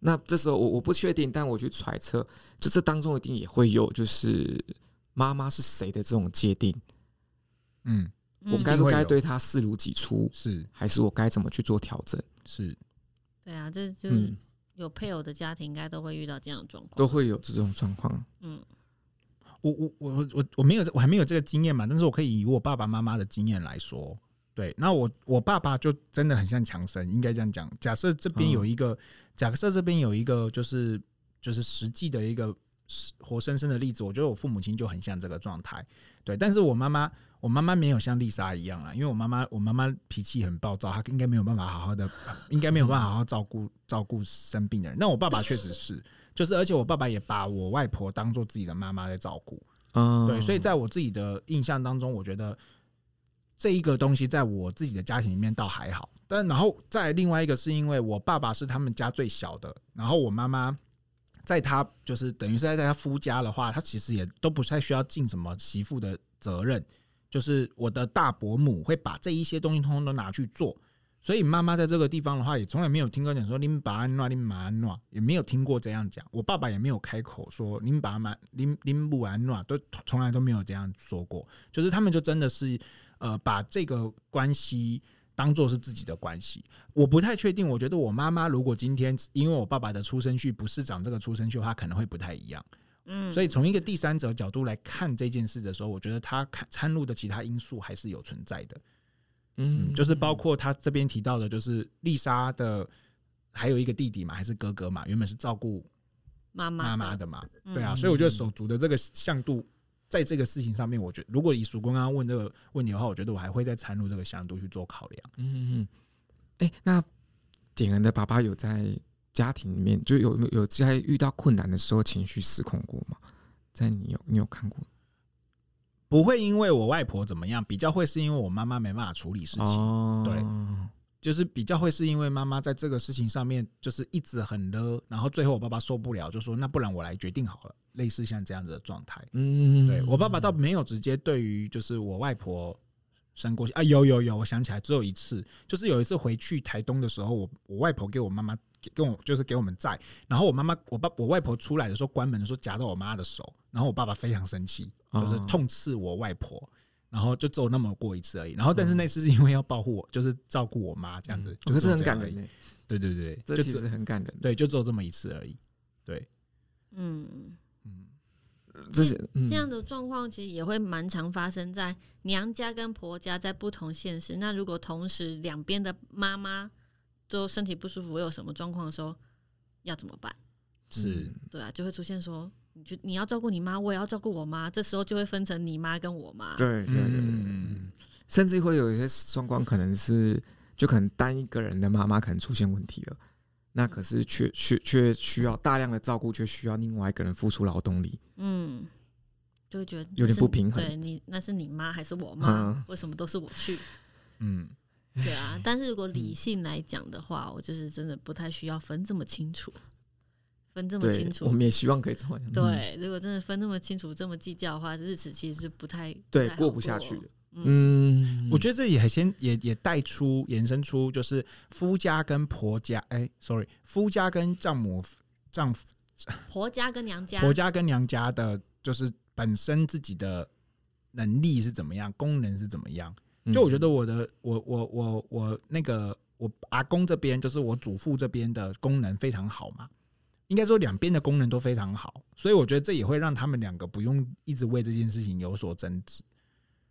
S3: 那这时候我我不确定，但我去揣测，就这当中一定也会有就是妈妈是谁的这种界定，
S1: 嗯，
S2: 嗯
S3: 我该
S1: 一定
S3: 不
S1: 会
S3: 该
S1: 有
S3: 对她视如己出，
S1: 是
S3: 还是我该怎么去做调整？
S1: 是，
S2: 对啊，这就
S3: 嗯
S2: 是，有配偶的家庭应该都会遇到这样的状况，
S3: 都会有这种状况。
S2: 嗯
S1: 我我我我我我没有我还没有这个经验嘛，但是我可以以我爸爸妈妈的经验来说，对，那我我爸爸就真的很像强森，应该这样讲。假设这边
S3: 嗯
S1: 有一个，假设这边有一个就是就是实际的一个实活生生的例子，我觉得我父母亲就很像这个状态，对，但是我妈妈。我妈妈没有像丽莎一样啦，因为我妈妈，我妈妈脾气很暴躁，她应该没有办法好好的，应该没有办法好好照顾照顾生病的人。那我爸爸确实是，就是而且我爸爸也把我外婆当做自己的妈妈在照顾，
S3: 嗯，
S1: 对，所以在我自己的印象当中，我觉得这一个东西在我自己的家庭里面倒还好，但然后再另外一个是因为我爸爸是他们家最小的，然后我妈妈在她就是等于是在她夫家的话，她其实也都不太需要尽什么媳妇的责任，就是我的大伯母会把这一些东西通通都拿去做，所以妈妈在这个地方的话，也从来没有听过讲说“林爸安诺，林妈安诺”，啊也没有听过这样讲。我爸爸也没有开口说“林爸妈林林不安诺”，都从来都没有这样说过。就是他们就真的是呃，把这个关系当做是自己的关系。我不太确定，我觉得我妈妈如果今天因为我爸爸的出生序不是长这个出生序的话，可能会不太一样。
S2: 嗯，
S1: 所以从一个第三者角度来看这件事的时候，我觉得他看掺入的其他因素还是有存在的。嗯，就是包括他这边提到的，就是丽莎的还有一个弟弟嘛，还是哥哥嘛，原本是照顾
S2: 妈妈
S1: 妈妈
S2: 的
S1: 的嘛，
S2: 嗯
S1: 对啊，所以我觉得手足的这个向度，在这个事情上面，我觉得如果以曙光刚刚问这个问题的话，我觉得我还会再掺入这个向度去做考量。
S3: 嗯嗯，哎、那点人的爸爸有在家庭里面就有没有有在遇到困难的时候情绪失控过吗？在你有你有看过
S1: 不会因为我外婆怎么样，比较会是因为我妈妈没办法处理事情，
S3: 哦
S1: 对就是比较会是因为妈妈在这个事情上面就是一直很勒，然后最后我爸爸受不了，就说那不然我来决定好了，类似像这样子的状态。
S3: 嗯，
S1: 对我爸爸倒没有直接对于就是我外婆生过去啊，有有有，我想起来只有一次，就是有一次回去台东的时候，我我外婆给我妈妈给跟我就是给我们在，然后我妈妈我爸我外婆出来的时候关门的时候夹到我妈的手，然后我爸爸非常生气，就是
S3: 哦
S1: 痛斥我外婆。然后就只有那么过一次而已，然后但是那次是因为要保护我，就是照顾我妈这样子，
S3: 我
S1: 就
S3: 嗯
S1: 只
S3: 可嗯哦是
S1: 有这
S3: 很
S1: 样
S3: 感
S1: 而
S3: 人
S1: 已。
S3: 呢、
S1: 对对对，
S3: 这
S1: 就
S3: 其
S1: 只
S3: 实很感人。
S1: 对，就只有这么一次而已。
S2: 嗯，
S1: 嗯，
S3: 这是、嗯、
S2: 这样的状况其实也会蛮常发生在娘家跟婆家在不同县市。那如果同时两边的妈妈都身体不舒服，有什么状况的时候，要怎么办？
S1: 是
S3: 嗯
S2: 对啊，就会出现说，你就你要照顾你妈，我也要照顾我妈，这时候就会分成你妈跟我妈。
S3: 对对对对
S1: 嗯
S3: 嗯，甚至会有一些双光，可能是就可能单一个人的妈妈可能出现问题了，那可是却却却需要大量的照顾，却需要另外一个人付出劳动力。
S2: 嗯，就会觉得
S3: 有点
S2: 是
S3: 不平衡
S2: 对你，那是你妈还是我妈？
S3: 嗯
S2: 为什么都是我去？
S1: 嗯，
S2: 对啊，但是如果理性来讲的话，我就是真的不太需要分这么清楚，分这么
S3: 对
S2: 清，楚
S3: 我。们也希望可以这么
S2: 对，啊如果真的分那么清楚、这么计较的话，日子其实是不太
S3: 对
S2: 太好
S3: 过
S2: 过
S3: 不下去的。。
S2: 嗯
S3: 嗯，
S1: 我觉得这也还先也也带出延伸出，就是夫家跟婆家，哎、s o r r y 夫家跟丈母丈夫
S2: 婆家跟娘家，
S1: 婆家跟娘家的，就是本身自己的能力是怎么样，功能是怎么样。
S3: 得
S1: 就我觉得我的我我我我那个我阿公这边，就是我祖父这边的功能非常好嘛，应该说两边的功能都非常好，所以我觉得这也会让他们两个不用一直为这件事情有所争执。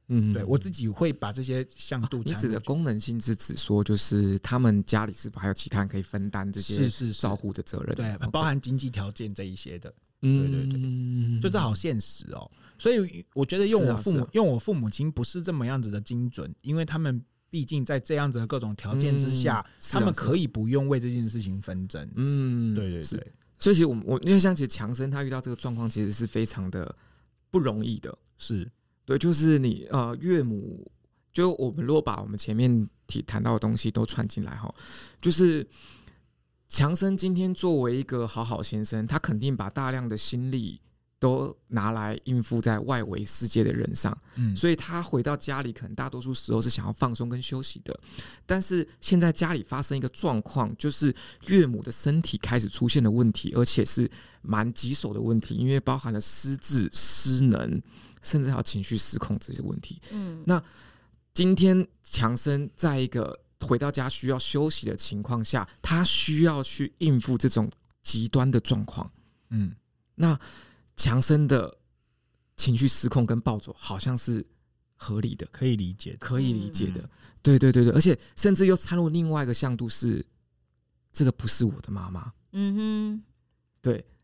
S3: 嗯哦
S1: 对我自己会把这些向度
S3: 你
S1: 掺
S3: 指
S1: 入
S3: 的功能性是指说，就是他们家里是否还有其他人可以分担这
S1: 是
S3: 些
S1: 是是
S3: 照顾的责任？
S1: 对，
S3: OK
S1: 包含经济条件这一些的，
S3: 嗯
S1: 对对
S3: 对
S1: 就这好现实哦。所以我觉得用
S3: 是
S1: 我
S3: 啊
S1: 父母、
S3: 是啊
S1: 用我父母亲不是这么样子的精准，因为他们毕竟在这样子的各种条件之下，
S3: 嗯是
S1: 他
S3: 啊
S1: 们
S3: 是啊
S1: 可以不用为这件事情纷争。
S3: 嗯，
S1: 对对
S3: 是
S1: 对，
S3: 所以其实我们我因为像其实强生他遇到这个状况其实是非常的不容易的，
S1: 是
S3: 对，就是你呃岳母，就我们如果把我们前面提谈到的东西都串进来哈，就是强生今天作为一个好好先生，他肯定把大量的心力都拿来应付在外围世界的人上，
S1: 嗯，
S3: 所以他回到家里，可能大多数时候是想要放松跟休息的。但是现在家里发生一个状况，就是岳母的身体开始出现了问题，而且是蛮棘手的问题，因为包含了失智、失能，甚至还有情绪失控这些问题。
S2: 嗯
S3: 那今天强生在一个回到家需要休息的情况下，他需要去应付这种极端的状况。
S1: 嗯
S3: 那强生的情绪失控跟暴走好像是合理的，
S1: 可以理解的。
S3: 可以理解的。
S1: 嗯
S3: 对对对对，而且甚至又掺入另外一个向度是，这个不是我的妈妈。
S2: 嗯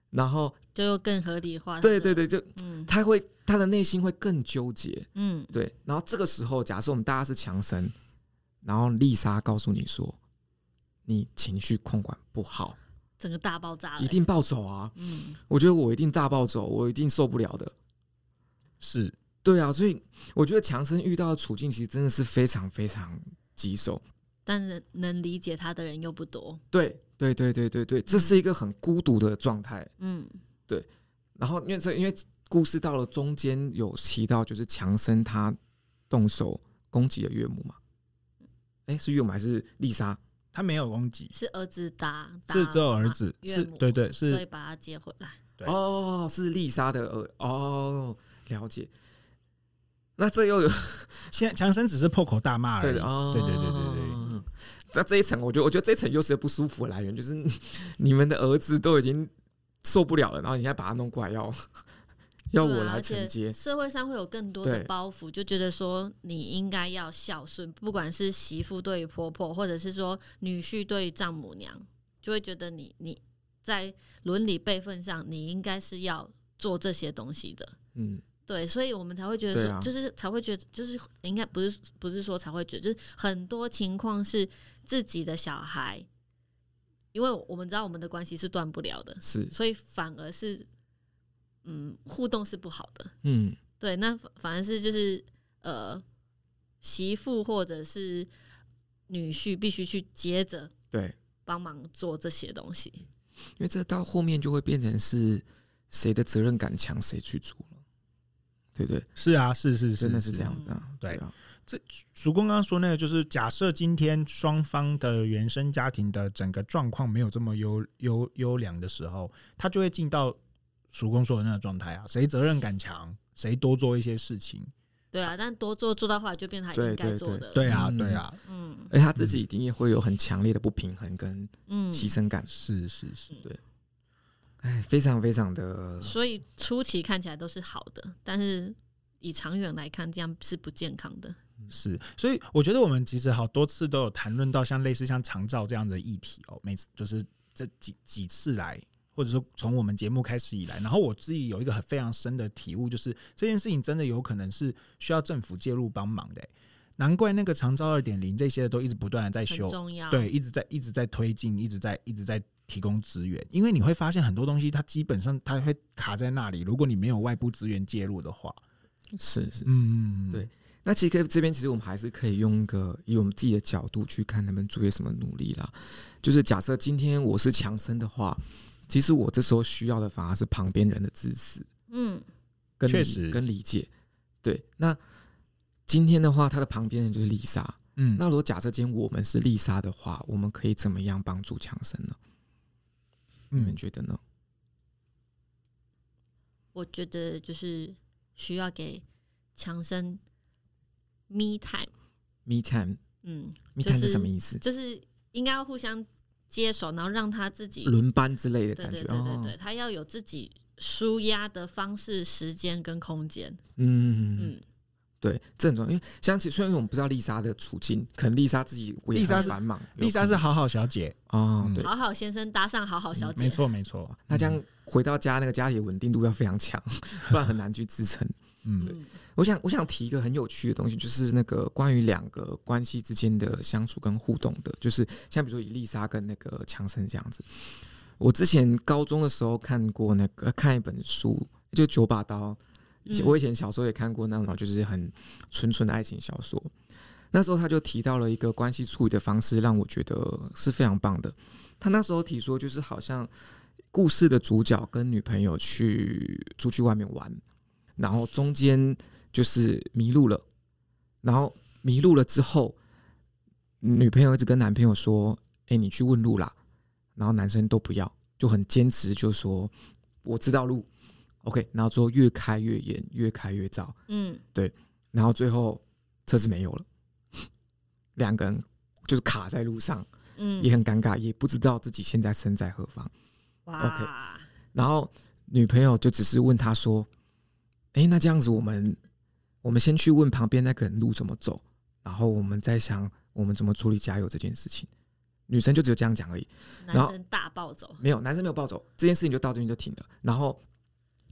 S3: 然后
S2: 哼，就又更合理化。
S3: 对对，对，就
S2: 嗯
S3: 他会他的内心会更纠结。
S2: 嗯
S3: 对，然后这个时候，假设我们大家是强生，然后丽莎告诉你说，你情绪控管不好，
S2: 整个大爆炸了，
S3: 一定暴走啊！
S2: 嗯
S3: 我觉得我一定大暴走，我一定受不了的。
S1: 是，
S3: 对啊，所以我觉得强生遇到的处境其实真的是非常非常棘手。，
S2: 但是能理解他的人又不多。
S3: 对，对，对，对，对，对，这是一个很孤独的状态。
S2: 嗯
S3: 然后因为这，因为故事到了中间有提到，就是强生他动手攻击了岳母嘛。哎、是岳母还是丽莎？
S1: 他没有攻击，
S2: 是儿子打，打
S1: 是只有儿子，
S2: 岳
S1: 是
S2: 母
S1: 对对
S2: 所以
S1: 是，
S2: 把他接回来。
S1: 对
S3: 哦，是丽莎的儿哦，了解。那这又有
S1: 现在强生只是破口大骂而
S3: 对
S1: 已
S3: 的，哦，
S1: 哎对对对对对。
S3: 对。那这一层，我觉得，我觉得这一层又是不舒服的来源，就是你们的儿子都已经受不了了，然后你现在把他弄过来要， 要
S2: 对
S3: 我
S2: 啊
S3: 来
S2: 而且
S3: 承接，
S2: 社会上会有更多的
S3: 对
S2: 包袱，就觉得说你应该要孝顺，不管是媳妇对于婆婆，或者是说女婿对于丈母娘，就会觉得你你在伦理辈分上，你应该是要做这些东西的。
S3: 嗯，
S2: 对，所以我们才会觉得
S3: 对
S2: 说，
S3: 啊
S2: 就是才会觉得，就是应该不是不是说才会觉得，就是很多情况是自己的小孩，因为我们知道我们的关系是断不了的，
S3: 是，
S2: 所以反而是嗯互动是不好的。
S3: 嗯，
S2: 对，那反反而是就是呃，媳妇或者是女婿必须去接着
S3: 对，
S2: 帮忙做这些东西。
S3: 因为这到后面就会变成是谁的责任感强，谁去做了，对不对？
S1: 是啊，是是是，嗯
S3: 真的是这样子啊，
S1: 对
S3: 啊，
S1: 叔公刚刚说那个，就是假设今天双方的原生家庭的整个状况没有这么优优优良的时候，他就会进到叔公说的那个状态啊，谁责任感强，谁多做一些事情。
S2: 对啊，但多做做到后来就变成他
S3: 对
S2: 应该
S3: 对
S2: 做
S3: 对
S2: 的了。
S1: 对啊，
S3: 嗯
S1: 对啊，
S2: 嗯
S3: 而且他自己一定也会有很强烈的不平衡跟
S2: 嗯，
S3: 牺牲感，
S1: 是是是，
S3: 哎，非常非常的
S2: 所以初期看起来都是好的，但是以长远来看，这样是不健康的。
S1: 是，所以我觉得我们其实好多次都有谈论到像类似像长照这样的议题哦，每次就是这几几次来，或者说从我们节目开始以来，然后我自己有一个很非常深的体悟，就是这件事情真的有可能是需要政府介入帮忙的欸。难怪那个长照二点零这些都一直不断的在
S2: 很
S1: 修，
S2: 重要。
S1: 对，一直在一直在推进，一直在一直在提供资源，因为你会发现很多东西它基本上它会卡在那里，如果你没有外部资源介入的话，
S3: 是是是。
S1: 嗯，
S3: 对那其实可以这边，其实我们还是可以用一个以我们自己的角度去看他们做些什么努力啦。就是假设今天我是强生的话，其实我这时候需要的反而是旁边人的支持
S2: 嗯，
S3: 跟理
S1: 确实
S3: 跟理解。对，那今天的话，他的旁边人就是丽莎。
S1: 嗯，
S3: 那如果假设今天我们是丽莎的话，我们可以怎么样帮助强生呢？你们
S1: 嗯
S3: 觉得呢？
S2: 我觉得就是需要给强生 me time。
S3: Me time，Me
S2: 嗯，就
S3: time 是
S2: 是
S3: 什么意思？
S2: 就是应该要互相接手，然后让他自己
S3: 轮班之类的
S2: 对
S3: 感
S2: 对
S3: 觉
S2: 对对对，
S3: 哦，
S2: 他要有自己舒压的方式、时间跟空间。
S3: 嗯，
S2: 嗯，
S3: 对，这很重要，因为像其实虽然我们不知道丽莎的处境，可能丽莎自己也
S1: 丽莎
S3: 很
S1: 是
S3: 繁忙，有
S1: 丽莎
S3: 可
S1: 是
S3: 能
S1: 好好小姐，
S3: 哦，
S1: 嗯
S3: 对，嗯
S2: 好好先生搭上好好小
S1: 没
S2: 姐，
S1: 错没错。
S3: 那这样回到家那个家里的稳定度要非常强， 不然很难去支撑。
S1: 嗯，嗯，
S2: 嗯，
S3: 我想我想提一个很有趣的东西，就是那个关于两个关系之间的相处跟互动的，就是像比如说以丽莎跟那个强森这样子。我之前高中的时候看过那个呃看一本书，就九把刀，以前
S2: 嗯
S3: 我以前小时候也看过那种，就是很纯纯的爱情小说。那时候他就提到了一个关系处理的方式，让我觉得是非常棒的。他那时候提说，就是好像故事的主角跟女朋友去出去外面玩，然后中间就是迷路了，然后迷路了之后，女朋友一直跟男朋友说：“哎、你去问路啦。”然后男生都不要，就很坚持，就说：“我知道路。” OK，然后之后越开越严，越开越糟，
S2: 嗯，
S3: 然后最后车子没有了，两个人就是卡在路上，
S2: 嗯，
S3: 也很尴尬，也不知道自己现在身在何方。
S2: 哇，
S3: 然后女朋友就只是问他说：“哎，那这样子，我们我们先去问旁边那个人路怎么走，然后我们再想我们怎么处理加油这件事情。”女生就只有这样讲而已，
S2: 男
S3: 然后
S2: 生大暴走，
S3: 没有男生没有抱走，这件事情就到这边就停了。然后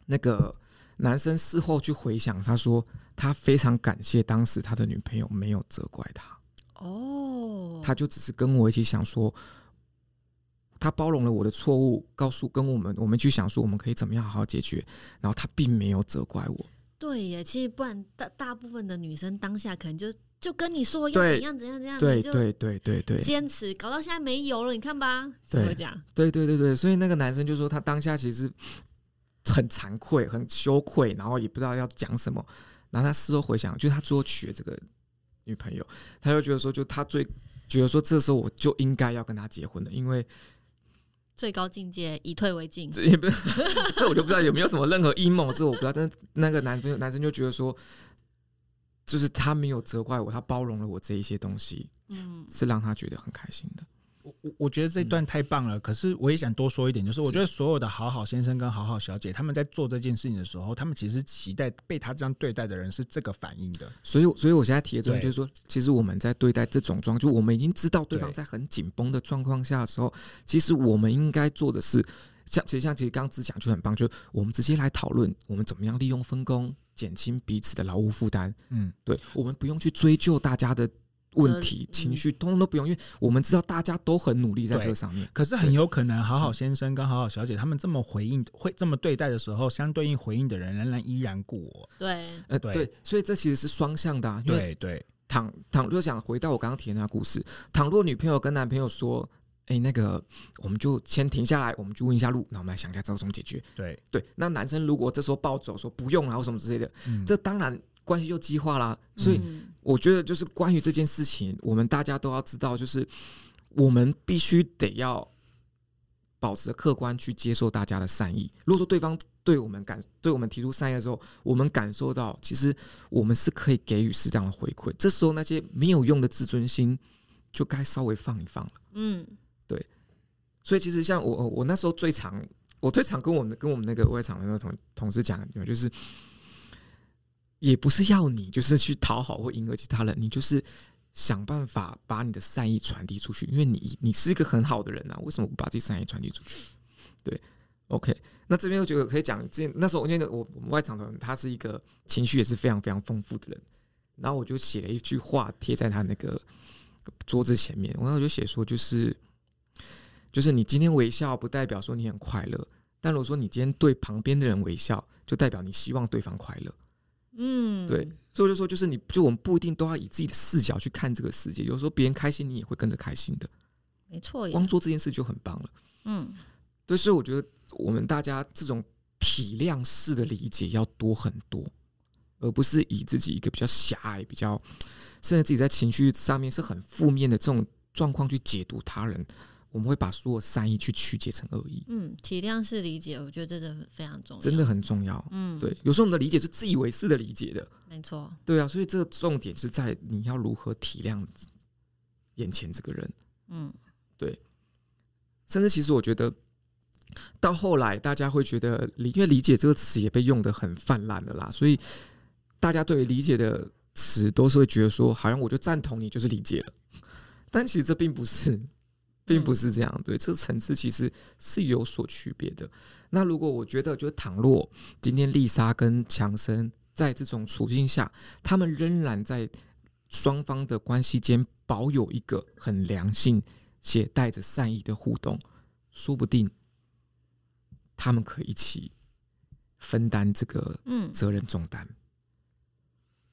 S3: 那个男生事后去回想，他说他非常感谢当时他的女朋友没有责怪他。
S2: 哦，
S3: 他就只是跟我一起想说，他包容了我的错误，告诉跟我们，我们去想说我们可以怎么样好好解决，然后他并没有责怪我，
S2: 对耶，其实不然大大部分的女生当下可能就就跟你说要
S3: 对
S2: 怎样怎样怎样，
S3: 对
S2: 你就
S3: 对对对对
S2: 坚持，搞到现在没油了，你看吧，就
S3: 对
S2: 会这样，
S3: 对对对对，所以那个男生就说他当下其实很惭愧、很羞愧，然后也不知道要讲什么，然后他事后回想，就是他最后取了这个女朋友，他就觉得说，就他最觉得说，这时候我就应该要跟他结婚了，因为
S2: 最高境界以退为进，
S3: 这也不是 这我就不知道有没有什么任何阴谋，这我不知道。但是那个男朋友男生就觉得说，就是他没有责怪我，他包容了我这一些东西，
S2: 嗯，
S3: 是让他觉得很开心的。
S1: 我我我觉得这段太棒了，可是我也想多说一点，嗯就是我觉得所有的好好先生跟好好小姐，他们在做这件事情的时候，他们其实期待被他这样对待的人是这个反应的。
S3: 所以，所以我现在提的重点
S1: 对
S3: 就是说，其实我们在对待这种状况，就我们已经知道对方
S1: 对
S3: 在很紧绷的状况下的时候，其实我们应该做的是，像其实像其实刚刚只讲就很棒，就是我们直接来讨论我们怎么样利用分工减轻彼此的劳务负担。
S1: 嗯，
S3: 对，我们不用去追究大家的问
S2: 嗯
S3: 题、情绪，通通都不用，因为我们知道大家都很努力在
S1: 对
S3: 这个上面。
S1: 可是很有可能好好先生跟好好小姐他们这么回应，会这么对待的时候，相对应回应的人仍然依然故我。
S2: 对，
S3: 呃，
S1: 对
S3: 对，所以这其实是双向的、啊，因
S1: 对
S3: 为
S1: 对，
S3: 倘倘若想回到我刚刚提的那个故事，倘若女朋友跟男朋友说：“哎、那个，我们就先停下来，我们去问一下路，那我们来想一下这怎么解决。
S1: 对，”
S3: 对，那男生如果这时候暴走说不用啦或什么之类的，
S1: 嗯，
S3: 这当然关系就激化啦。所以
S2: 嗯
S3: 我觉得就是关于这件事情，我们大家都要知道，就是我们必须得要保持客观去接受大家的善意。如果说对方对我们感对我们提出善意的时候，我们感受到其实我们是可以给予适当的回馈，这时候那些没有用的自尊心就该稍微放一放了。
S2: 嗯
S3: 所以其实像我呃我我那时候最常我最常跟我们跟我们那个外场的那个同同事讲的就是。也不是要你就是去讨好或迎合其他人，你就是想办法把你的善意传递出去，因为你你是一个很好的人啊，为什么不把自己善意传递出去？对，OK，那这边我觉得可以讲，之前那时候因为我我们外场的人他是一个情绪也是非常非常丰富的人，然后我就写了一句话贴在他那个桌子前面，我那时候就写说就是就是你今天微笑不代表说你很快乐，但如果说你今天对旁边的人微笑，就代表你希望对方快乐。
S2: 嗯，
S3: 对，所以我就说，就是你就我们不一定都要以自己的视角去看这个世界，有时候别人开心，你也会跟着开心的。
S2: 没错耶，
S3: 光做这件事就很棒了。
S2: 嗯
S3: 对，所以我觉得我们大家这种体谅式的理解要多很多，而不是以自己一个比较狭隘、比较甚至自己在情绪上面是很负面的这种状况去解读他人，我们会把所有善意去曲解成恶意，
S2: 嗯，体谅是理解，我觉得这个非常重要，
S3: 真的，很重要。
S2: 嗯，
S3: 对，，有时候我们的理解是自以为是的理解的，
S2: 没错，
S3: 对啊，所以这个重点是在你要如何体谅眼前这个人，
S2: 嗯
S3: 甚至其实我觉得到后来大家会觉得理，因为理解这个词也被用的很泛滥的啦，所以大家对于理解的词都是会觉得说，好像我就赞同你就是理解了， 但其实这并不是，
S2: 嗯
S3: 并不是这样，对，这个层次其实是有所区别的。那如果我觉得，就是倘若今天丽莎跟强森在这种处境下，他们仍然在双方的关系间保有一个很良性且带着善意的互动，说不定他们可以一起分担这个
S2: 嗯，
S3: 责任重担。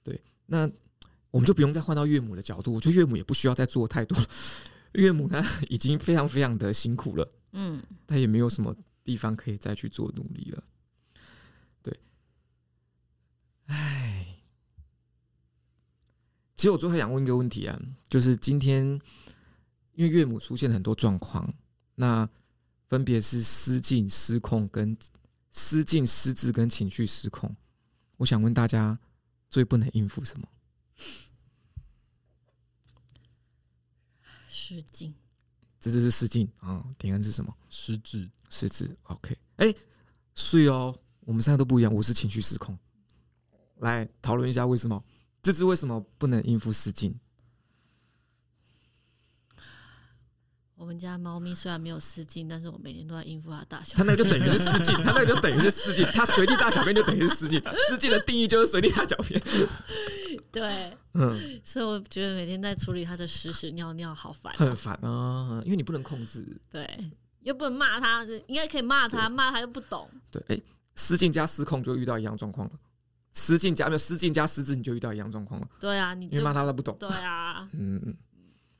S3: 对，那我们就不用再换到岳母的角度，我觉得岳母也不需要再做太多了，岳母她已经非常非常的辛苦了。
S2: 嗯
S3: 他也没有什么地方可以再去做努力了。对，唉，其实我最后还想问一个问题啊，就是今天因为岳母出现了很多状况，那分别是失禁、失控跟失禁、失智跟情绪失控。我想问大家，最不能应付什么？
S2: 失敬，
S3: 这这是失禁啊、点恩是什么？
S1: 失智，
S3: 失智。OK，哎、是哦，我们三个都不一样，我是情绪失控。来讨论一下为什么这只为什么不能应付失禁？
S2: 我们家猫咪虽然没有失禁，但是我每天都要应付它的大小
S3: 它，那个就等于是失禁，它那个就等于是失禁，它随地大小便就等于是失禁。失禁的定义就是随地大小便。
S2: 对，
S3: 嗯，
S2: 所以我觉得每天在处理它的屎屎尿尿好 烦哦、
S3: 很烦啊，因为你不能控制。
S2: 对，又不能骂它，就应该可以骂它，骂它又不懂，
S3: 对，哎、失禁加失控就遇到一样状况了。失禁加没有失禁加失智，你就遇到一样状况了，
S2: 对啊，你
S3: 因为
S2: 就
S3: 骂他他不懂。
S2: 对啊，
S3: 嗯，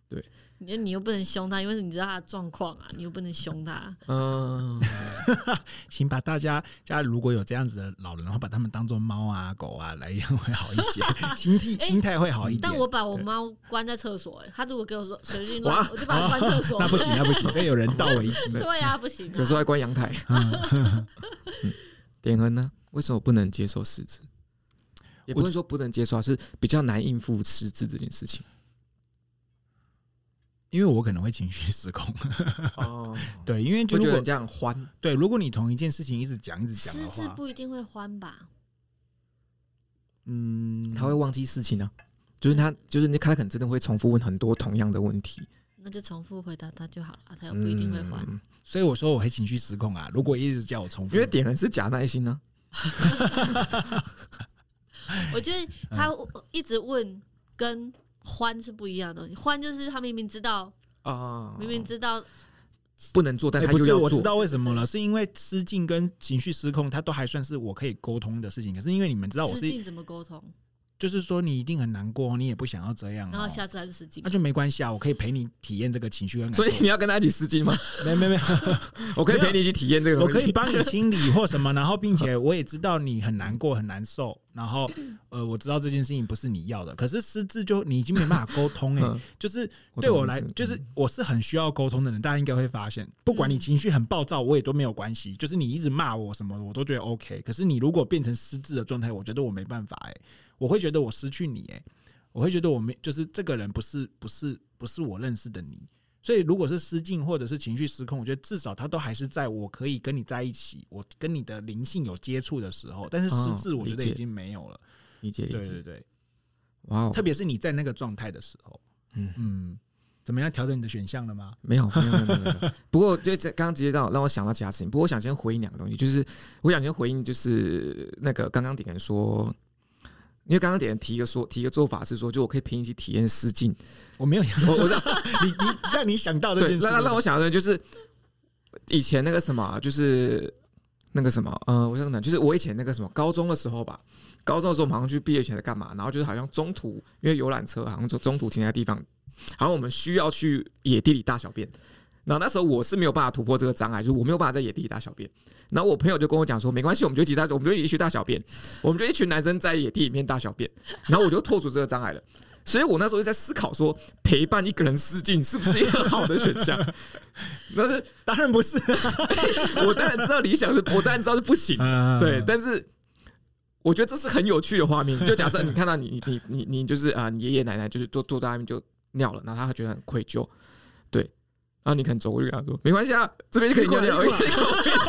S3: 对，
S2: 你你又不能凶他，因为你知道他的状况啊，你又不能凶他。
S3: 嗯，
S1: 请把大家家如果有这样子的老人的话，把他们当做猫啊、狗啊来养会好一 些，心态心态会好一点。
S2: 但我把我
S1: 对
S2: 猫关在厕所、欸，他如果给我说随便
S3: 哇
S2: 乱，我就把它关厕所。
S1: 那不行，那不 行，这有人道危机。
S2: 对啊，不行、啊。
S3: 有时候还关阳台。
S1: 啊
S3: 嗯点恩呢？为什么不能接受失智？也不
S1: 我
S3: 是说不能接受啊，是比较难应付失智这件事情。
S1: 因为我可能会情绪失 控。
S3: 哦，
S1: 对，因为就
S3: 会
S1: 如
S3: 觉得
S1: 果
S3: 人家很欢，
S1: 对，如果你同一件事情一直讲一直讲
S2: 失
S1: 的
S2: 智
S1: 话，
S2: 不一定会欢吧？
S1: 嗯，
S3: 他会忘记事情啊。就是他，就是你，他可能真的会重复问很多同样的问题，
S2: 那就重复回答他就好了，他又不一定会还。
S3: 嗯
S1: 所以我说我会情绪失控啊。如果一直叫我重复，
S3: 因为点恩是假耐心啊呢、
S2: 我觉得他一直问跟欢是不一样的东西，欢就是他明明知道，
S3: 啊，
S2: 明明知道，
S3: 不能做，但
S1: 哦哎
S3: 他
S1: 不
S3: 又
S1: 是，
S3: 要
S1: 我知
S3: 做。
S1: 道为什么了，是因为失禁跟情绪失控，它都还算是我可以沟通的事情。可是因为你们知道我
S2: 失
S1: 是，
S2: 禁怎么沟通，
S1: 就是说你一定很难过，你也不想要这样、哦，
S2: 然后下次还是失禁
S1: 那。就没关系啊，我可以陪你体验这个情绪跟感受。
S3: 所以你要跟他一起试镜吗？
S1: 没没没，
S3: 我可以陪你一起体验这个
S1: 我
S3: 东西。
S1: 可以帮你清理或 什么，然后并且我也知道你很难过很难受，然后呃，我知道这件事情不是你要的，可是失智就你已经没办法沟通哎、
S3: 嗯
S1: 就是
S3: 我
S1: 对
S3: 懂
S1: 我
S3: 你
S1: 来
S3: 意思，嗯
S1: 就是我是很需要沟通的人，大家应该会发现，不管你
S2: 嗯
S1: 情绪很暴躁，我也都没有关系，就是你一直骂我什么，我都觉得 OK。可是你如果变成失智的状态，我觉得我没办法哎、我会觉得我失去你哎、我会觉得我没，就是这个人不是不是不是我认识的你。所以，如果是失禁或者是情绪失控，我觉得至少他都还是在我可以跟你在一起，我跟你的灵性有接触的时候。但是失
S3: 哦
S1: 智，我觉
S3: 理
S1: 得
S3: 解
S1: 已经没有了。
S3: 理解理
S1: 对对
S3: 解。
S1: 对，
S3: 哇哦
S1: 特，别是你在那个状态的时候，
S3: 嗯
S1: 嗯，怎么样调整你的选项了吗？
S3: 没有没有没有没有。没有 不过就这刚刚直接让让我想到其他事情。不过我想先回应两个东西，就是我想先回应就是那个刚刚点人说。因为刚刚点人提一个说提一个做法是说，就我可以陪你一起体验试镜。
S1: 我没有想，
S3: 我我知道，
S1: 你你让你想到这
S3: 对，
S1: 件事，
S3: 让让让我想到的就是以前那个什么，就是那个什么，呃，我想什么，就是我以前那个什么高中的时候吧，高中的时候我们好像去毕业前在干嘛，然后就是好像中途因为游览车好像就中途停在地方，好像我们需要去野地里大小便。然后那时候我是没有办法突破这个障碍，就是我没有办法在野地里大小便。然后我朋友就跟我讲说，没关系，我们就一起大，我们就一起去大小便，我们就一群男生在野地里面大小便。然后我就破除这个障碍了。所以我那时候就在思考说，陪伴一个人失禁是不是一个好的选 项？但是
S1: 当然不是，啊
S3: 我当然知道理想是，我当然知道是不行的，对，但是我觉得这是很有趣的画面。就假设你看到你你你你你就是啊，你爷爷奶奶就是坐坐在那边就尿了，然后他觉得很愧疚，对，然后你可能走过去跟他说，没关系啊，这边就可以尿尿，
S1: 你
S3: 可
S1: 管
S3: 以尿可以尿，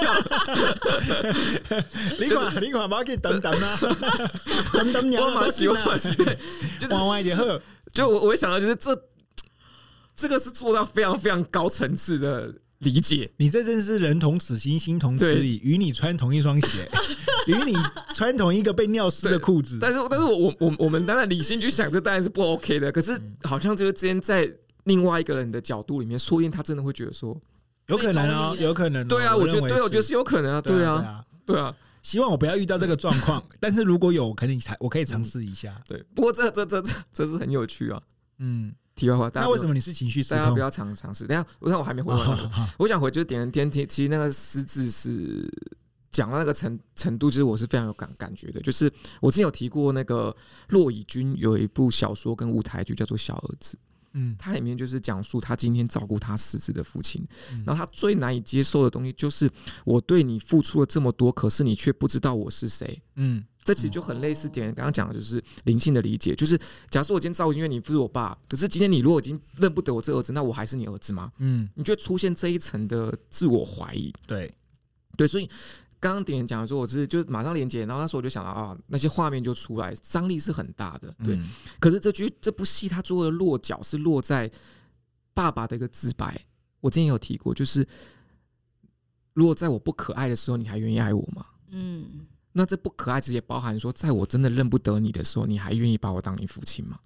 S1: 你管你管，不要给等等啊， 等等你 啊
S3: 我马喜我马喜，对，就是
S1: 弯弯一点喝，
S3: 就我我会想到就是这这个是做到非常非常高层次的理解，
S1: 你这真是人同此心，心同此理，与你穿同一双 鞋，与你穿同一个被尿湿的裤子，
S3: 但是但是我我我我们当然理性去想，这当然是不 OK 的。可是
S1: 嗯
S3: 好像就是之前在另外一个人的角度里面，说不定他真的会觉得说，
S1: 有可能哦，有可能哦，
S3: 对啊，我觉
S1: 认为
S3: 得对，
S1: 是
S3: 我觉得是有可能啊，
S1: 对
S3: 对啊，。 对啊，
S1: 希望我不要遇到这个状况，但是如果有，我肯定才我可以尝试一下。
S3: 对。啊不过这这这这这是很有趣啊。
S1: 嗯，
S3: 题外话，大家
S1: 那
S3: 不
S1: 为
S3: 要
S1: 什么你是情绪失
S3: 大家
S1: 控
S3: 啊不？要尝尝试？等一下，我看我还没回完那个。
S1: 好
S3: 我想回就是点点题，其实那个失智是讲到那个程程度，其实我是非常有感感觉的。就是我之前有提过那个骆以军有一部小说跟舞台剧叫做《小儿子》，
S1: 嗯
S3: 它里面就是讲述他今天照顾他失智的父亲，
S1: 嗯
S3: 然后他最难以接受的东西就是我对你付出了这么多，可是你却不知道我是谁。
S1: 嗯
S3: 这其实就很类似点刚刚讲的，就是灵性的理解。就是假设我今天照顾，因为你不是我爸，可是今天你如果已经认不得我这儿子，那我还是你儿子吗？
S1: 嗯，
S3: 你就会出现这一层的自我怀疑。
S1: 对，
S3: 对，所以刚刚点讲的时候，我是就马上连接，然后那时候我就想到啊，那些画面就出来，张力是很大的。对，
S1: 嗯，
S3: 可是这剧这部戏它最后的落脚是落在爸爸的一个自白，我之前有提过，就是如果在我不可爱的时候，你还愿意爱我吗？
S2: 嗯，
S3: 那这不可爱，其实也包含说，在我真的认不得你的时候，你还愿意把我当你父亲吗？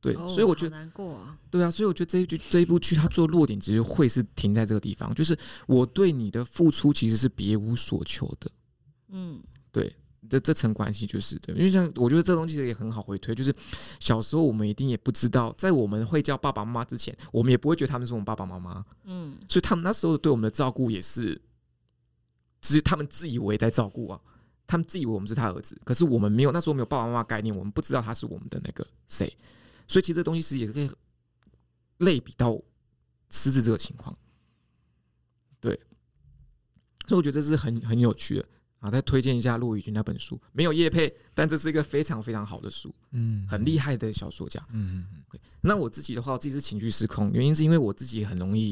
S3: 对，
S2: 哦
S3: 所以我觉得
S2: 好难过啊。
S3: 对啊，所以我觉得这一剧这一部剧它做落点其实会是停在这个地方，就是我对你的付出其实是别无所求的，
S2: 嗯，
S3: 这这层关系就是对，因为像我觉得这东西也很好回推，就是小时候我们一定也不知道，在我们会叫爸爸妈妈之前，我们也不会觉得他们是我们爸爸妈妈，
S2: 嗯，
S3: 所以他们那时候对我们的照顾也是，只他们自以为在照顾啊，他们自以为我们是他儿子，可是我们没有那时候没有爸爸妈妈概念，我们不知道他是我们的那个谁，所以其实这东西其实也可以类比到失智这个情况，对，所以我觉得这是很很有趣的啊，再推荐一下陆羽君那本书，没有叶配，但这是一个非常非常好的书，
S1: 嗯
S3: 很厉害的小说家，
S1: 嗯嗯
S3: 那我自己的话，我自己是情绪失控，原因是因为我自己很容易，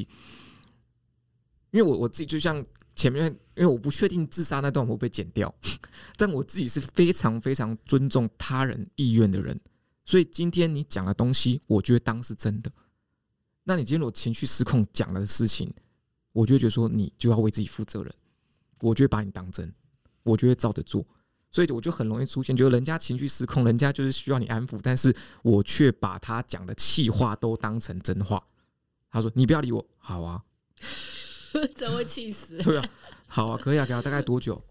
S3: 因为我我自己就像前面，因为我不确定自杀那段会不会剪掉， 但我自己是非常非常尊重他人意愿的人，所以今天你讲的东西，我觉得当是真的。那你今天如果情绪失控讲的事情，我就会觉得说你就要为自己负责任，我就会把你当真，我就会照着做。所以我就很容易出现，就是人家情绪失控，人家就是需要你安抚，但是我却把他讲的气话都当成真话。他说：“你不要理我，好啊，
S2: 嗯 这会气死。
S3: 对啊，好啊，可以啊，给他大概多久？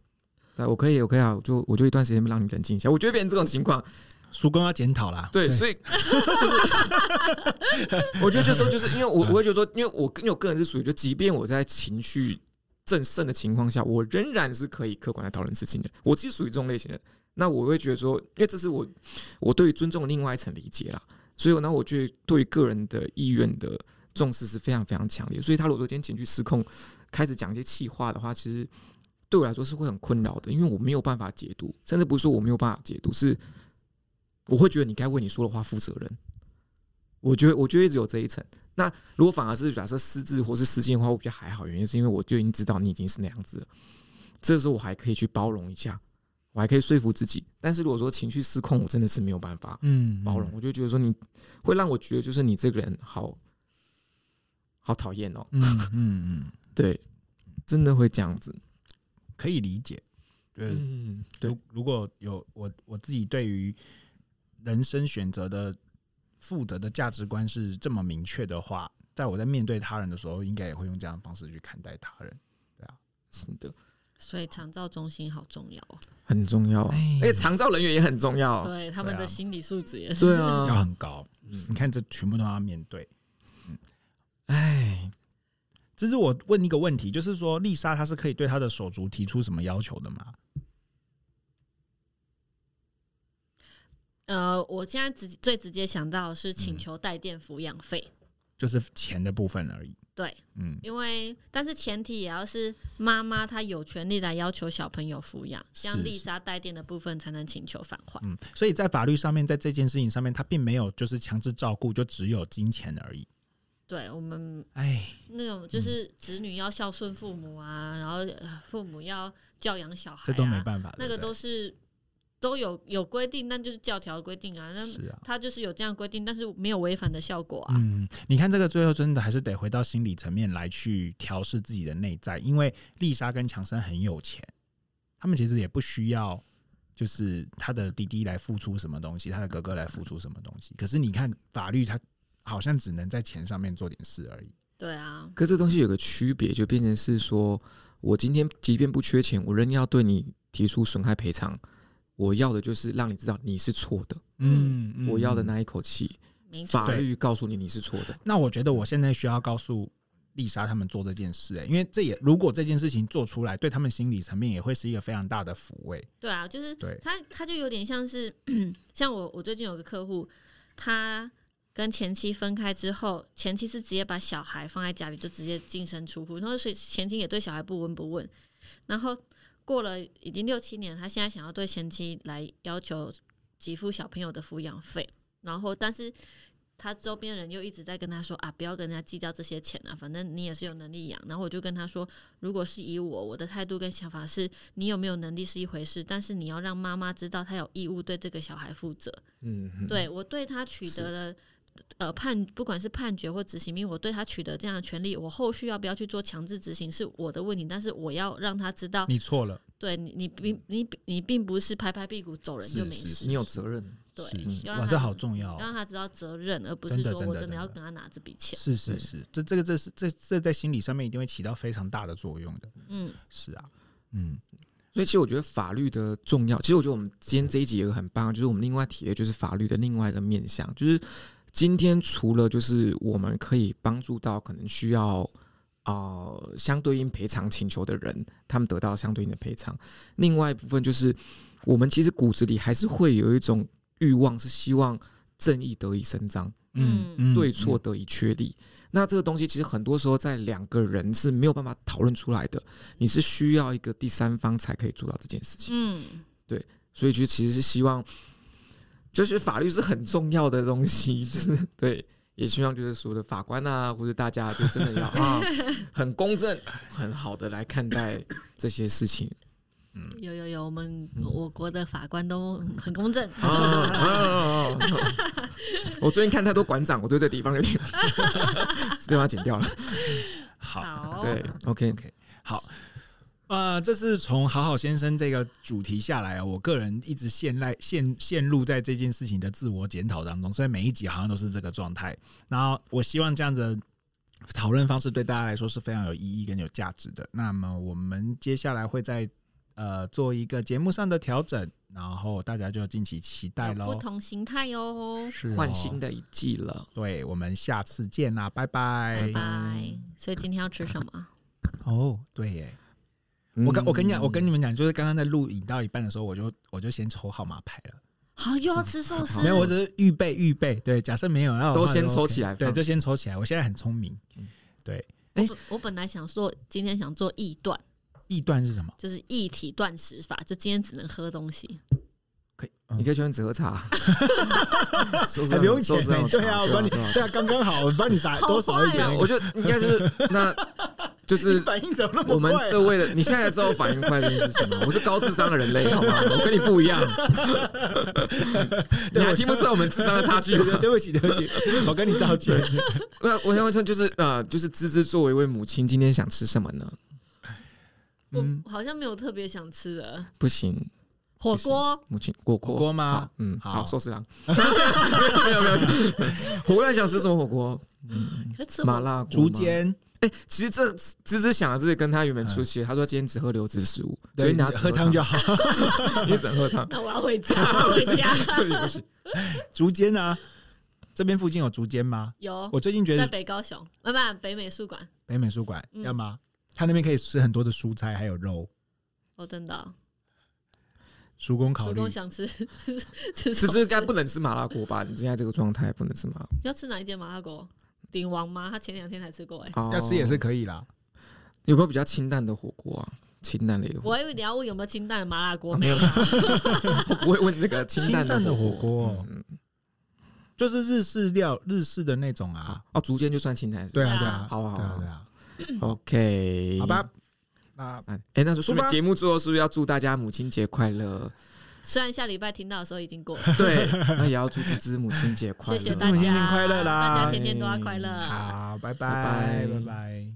S3: 对，我可以，我可以啊，我就我就一段时间让你冷静一下。我觉得变成这种情况，
S1: 叔公要检讨啦。
S3: 对，所以 就是，我觉得就是说，就是因为我，我会觉得说，因为我因为我个人是属于，就即便我在情绪正盛的情况下，我仍然是可以客观的讨论事情的。我是属于这种类型的，那我会觉得说，因为这是我我对于尊重的另外一层理解啦，所以呢，我觉得对于个人的意愿的重视是非常非常强烈。所以他如果今天情绪失控，开始讲一些气话的话，其实对我来说是会很困扰的，因为我没有办法解读，甚至不是说我没有办法解读，是我会觉得你该为你说的话负责任。我觉得，我觉得一直有这一层。那如果反而是假设失智或是失禁的话，我比较还好，原因是因为我就已经知道你已经是那样子了。这时候我还可以去包容一下，我还可以说服自己。但是如果说情绪失控，我真的是没有办法
S1: 嗯，
S3: 包容。我就觉得说你，会让我觉得就是你这个人好好讨厌哦。
S1: 嗯嗯嗯，
S3: 对，真的会这样子。
S1: 可以理解。对，
S3: 嗯，对
S1: 如，如果有我我自己对于人生选择的负责的价值观是这么明确的话，在我在面对他人的时候，应该也会用这样的方式去看待他人。
S3: 是的，
S2: 所以长照中心好重要哦，
S3: 很重要啊。
S1: 哎
S3: 而且长照人员也很重要啊。
S2: 对他们的心理素质也是。
S3: 对
S1: 要
S3: 啊，
S1: 很高，
S3: 嗯
S1: 你看这全部都要面对。
S3: 哎，
S1: 这是我问一个问题，就是说丽莎她是可以对她的手足提出什么要求的吗？
S2: 呃，我现在直最直接想到的是
S1: 嗯
S2: 请求带电抚养费，
S1: 就是钱的部分而已。
S2: 对，
S1: 嗯，
S2: 因为但是前提也要是妈妈她有权利来要求小朋友抚养，
S1: 是
S2: 这样丽莎带电的部分才能请求返还。
S1: 嗯，所以在法律上面，在这件事情上面，他并没有就是强制照顾，就只有金钱而已。
S2: 对我们
S1: 哎，
S2: 那种就是子女要孝顺父母啊，然后呃父母要教养小孩、啊，
S1: 这都没办法，
S2: 那个
S1: 对
S2: 都
S1: 不
S2: 是都有有规定，但就是教条规定啊，那
S1: 对是啊。
S2: 他就是有这样规定，但是没有违反的效果啊。
S1: 嗯，你看这个最后真的还是得回到心理层面来去调试自己的内在，因为丽莎跟强生很有钱，他们其实也不需要就是他的弟弟来付出什么东西，他的哥哥来付出什么东西。可是你看法律，他好像只能在钱上面做点事而已。
S2: 对啊，
S3: 可这东西有个区别，就变成是说，我今天即便不缺钱，我仍要对你提出损害赔偿。我要的就是让你知道你是错的，
S2: 嗯
S1: 嗯
S3: 我要的那一口气，
S2: 没错，
S3: 法律告诉你你是错的。
S1: 那我觉得我现在需要告诉丽莎他们做这件事、欸，因为这也如果这件事情做出来，对他们心理层面也会是一个非常大的抚慰。
S2: 对啊，就是
S1: 对
S2: 他他就有点像是像我我最近有个客户，他跟前妻分开之后，前妻是直接把小孩放在家里，就直接净身出户，然后所以前妻也对小孩不闻不问，然后过了已经六七年，他现在想要对前妻来要求给付小朋友的抚养费，然后但是。他周边人又一直在跟他说啊，不要跟人家计较这些钱啊，反正你也是有能力养。然后我就跟他说，如果是以我我的态度跟想法是，你有没有能力是一回事，但是你要让妈妈知道她有义务对这个小孩负责。
S3: 嗯，嗯，
S2: 对我对他取得了呃判，不管是判决或执行命，我对他取得这样的权利，我后续要不要去做强制执行是我的问题，但是我要让他知道，
S1: 你错了，
S2: 对你你并你你并不是拍拍屁股走人
S1: 是
S2: 就没
S1: 是
S2: 事，
S3: 你有责任。
S2: 对
S1: 是是，
S2: 要
S1: 哇，
S2: 让
S1: 这
S2: 他
S1: 好重要、
S2: 要
S1: 哦
S2: 让。他知道责任，而不是
S1: 真的
S2: 说
S1: 真
S2: 我
S1: 的
S2: 真
S1: 真
S2: 的要
S1: 的
S2: 跟他拿这笔钱。
S1: 是是
S3: 对
S1: 是，这这个这是这这在心理上面一定会起到非常大的作用的。
S2: 嗯，
S1: 是啊，嗯，
S3: 所以其实我觉得法律的重要，其实我觉得我们今天这一集也很棒，就是我们另外提的就是法律的另外一个面向，就是今天除了就是我们可以帮助到可能需要呃相对应赔偿请求的人，他们得到相对应的赔偿，另外一部分就是我们其实骨子里还是会有一种欲望，是希望正义得以伸张。
S1: 嗯
S2: 嗯
S1: 嗯，
S3: 对错得以确立。那这个东西其实很多时候在两个人是没有办法讨论出来的，你是需要一个第三方才可以做到这件事情。
S2: 嗯，
S3: 所以就其实是希望，就是法律是很重要的东西， 就是对，也希望就是所有的法官啊，或者大家就真的要啊，很公正、很好的来看待这些事情
S2: 有有有，我们
S3: 嗯
S2: 我国的法官都很公正，
S3: 啊啊啊啊 我最近看太多馆长，我对这地方有点， 对方剪掉了。
S1: 嗯好
S2: 好，
S3: 对，OK，
S1: 好。呃，这是从好好先生这个主题下来啊，我个人一直陷赖陷陷入在这件事情的自我检讨当中，所以每一集好像都是这个状态。然后我希望这样子的讨论方式对大家来说是非常有意义跟有价值的。那么我们接下来会在呃做一个节目上的调整，然后大家就敬请期待
S2: 有不
S1: 喽。
S2: 同形态哦，
S1: 是哦
S3: 换新，的一季了。
S1: 对我们下次见啦，拜
S2: 拜
S1: 拜。
S2: 拜。所以今天要吃什么？
S1: 哦，对耶。嗯我跟我跟你讲，我跟你们讲，就是刚刚在录影到一半的时候，我就我就先抽号码牌了，
S2: 好，又要吃寿司，
S1: 没有，我只是预备预备。对，假设没有，然后
S3: 都先抽起
S1: 来，
S3: 来
S1: 对，
S3: 放
S1: 就先抽起来。我现在很聪明
S3: 嗯，
S1: 对，
S2: 我本我本来想做，今天想做异断，
S1: 臆断是什么？
S2: 就是一体断食法，就今天只能喝东西。
S1: 可以，
S3: 你
S1: 嗯
S3: 可以去问折茶， 哎收拾
S1: 哎还不用钱
S3: 收拾那种茶
S1: 对啊，我帮你，
S3: 对啊哦
S1: 对啊，刚刚好，我帮你撒
S2: 好
S1: 多少一
S2: 对
S1: 点那
S2: 啊坏
S1: 个。
S3: 我觉得应该就是那，就
S1: 你
S3: 是
S1: 反应怎么那么
S3: 我们
S1: 快啊
S3: 这位的，你现在知道反应快这件事情吗？我是高智商的人类，好吗？我跟你 不一样，你还听不出来我们智商的差距吗
S1: 对？对对不起，对不 起，我跟你道歉。
S3: 那我想问，就是呃，就是芝芝作为一位母亲，今天想吃什么呢？
S1: 嗯，
S2: 我好像没有特别想吃的
S3: 不行，
S2: 火锅，
S3: 母亲火
S1: 火
S3: 锅
S1: 锅吗
S3: 好？，嗯，
S1: 好
S3: 好，寿司郎， 没有没有没有， 火锅你想吃什么火锅？
S1: 嗯
S2: 可吃
S3: 麻
S2: 火。
S3: 辣锅
S1: 竹
S3: 吗。
S1: 间，嗯
S3: 哎、其实这芝芝想的这个跟他原本出席，他说今天只喝流质食物，所以你要只
S1: 喝汤就好。
S3: 好，你只能喝汤
S2: 那我要回家，我要回家。
S3: 对不起
S1: 竹间啊，这边附近有竹间吗？
S3: 哦
S2: 有
S1: 我最近觉
S2: 在
S1: 得
S2: 北高雄，啊不，北美术馆。
S1: 北美术馆，
S2: 嗯
S1: 要吗？他那边可以吃很多的蔬菜，还有肉。
S2: 哦，真的哦，
S1: 叔公考
S2: 叔
S1: 虑
S2: 公想吃 吃寿
S3: 芝芝
S2: 司
S3: 应，该不能吃麻辣锅吧？你现在这个状态不能吃麻辣
S2: 要吃哪一间麻辣锅？鼎王吗？他前两天才吃过哎。
S3: 锅，
S1: 要吃也是可以
S3: 哦
S1: 啦。
S3: 有没有比较清淡的火锅啊？清淡类的火
S2: 我还以为你要问有没有清淡的麻辣锅
S3: 锅、啊、，没有啦，我不会问这个清淡
S1: 清淡的
S3: 火
S1: 火锅
S3: 嗯嗯
S1: 就是日式料、日式的那种啊。
S3: 哦，竹间就算清淡是吧。
S1: 对啊，对
S2: 对
S1: 啊
S2: 啊，
S3: 好啊好
S1: 对
S3: 啊
S1: 啊，对啊。
S3: OK，
S1: 好吧。，那
S3: 哎、那就顺
S1: 出
S3: 便
S1: 发
S3: 节目最后是不是要祝大家母亲节快乐？
S2: 虽然下礼拜听到的时候已经过了。
S3: 对，那也要祝芝芝母亲节快乐。
S2: 谢谢大家，
S1: 母亲节快乐啦
S2: 哎大家天天都要快乐。
S1: 好，拜
S3: 拜
S1: 啊拜，
S3: 拜
S1: 拜拜。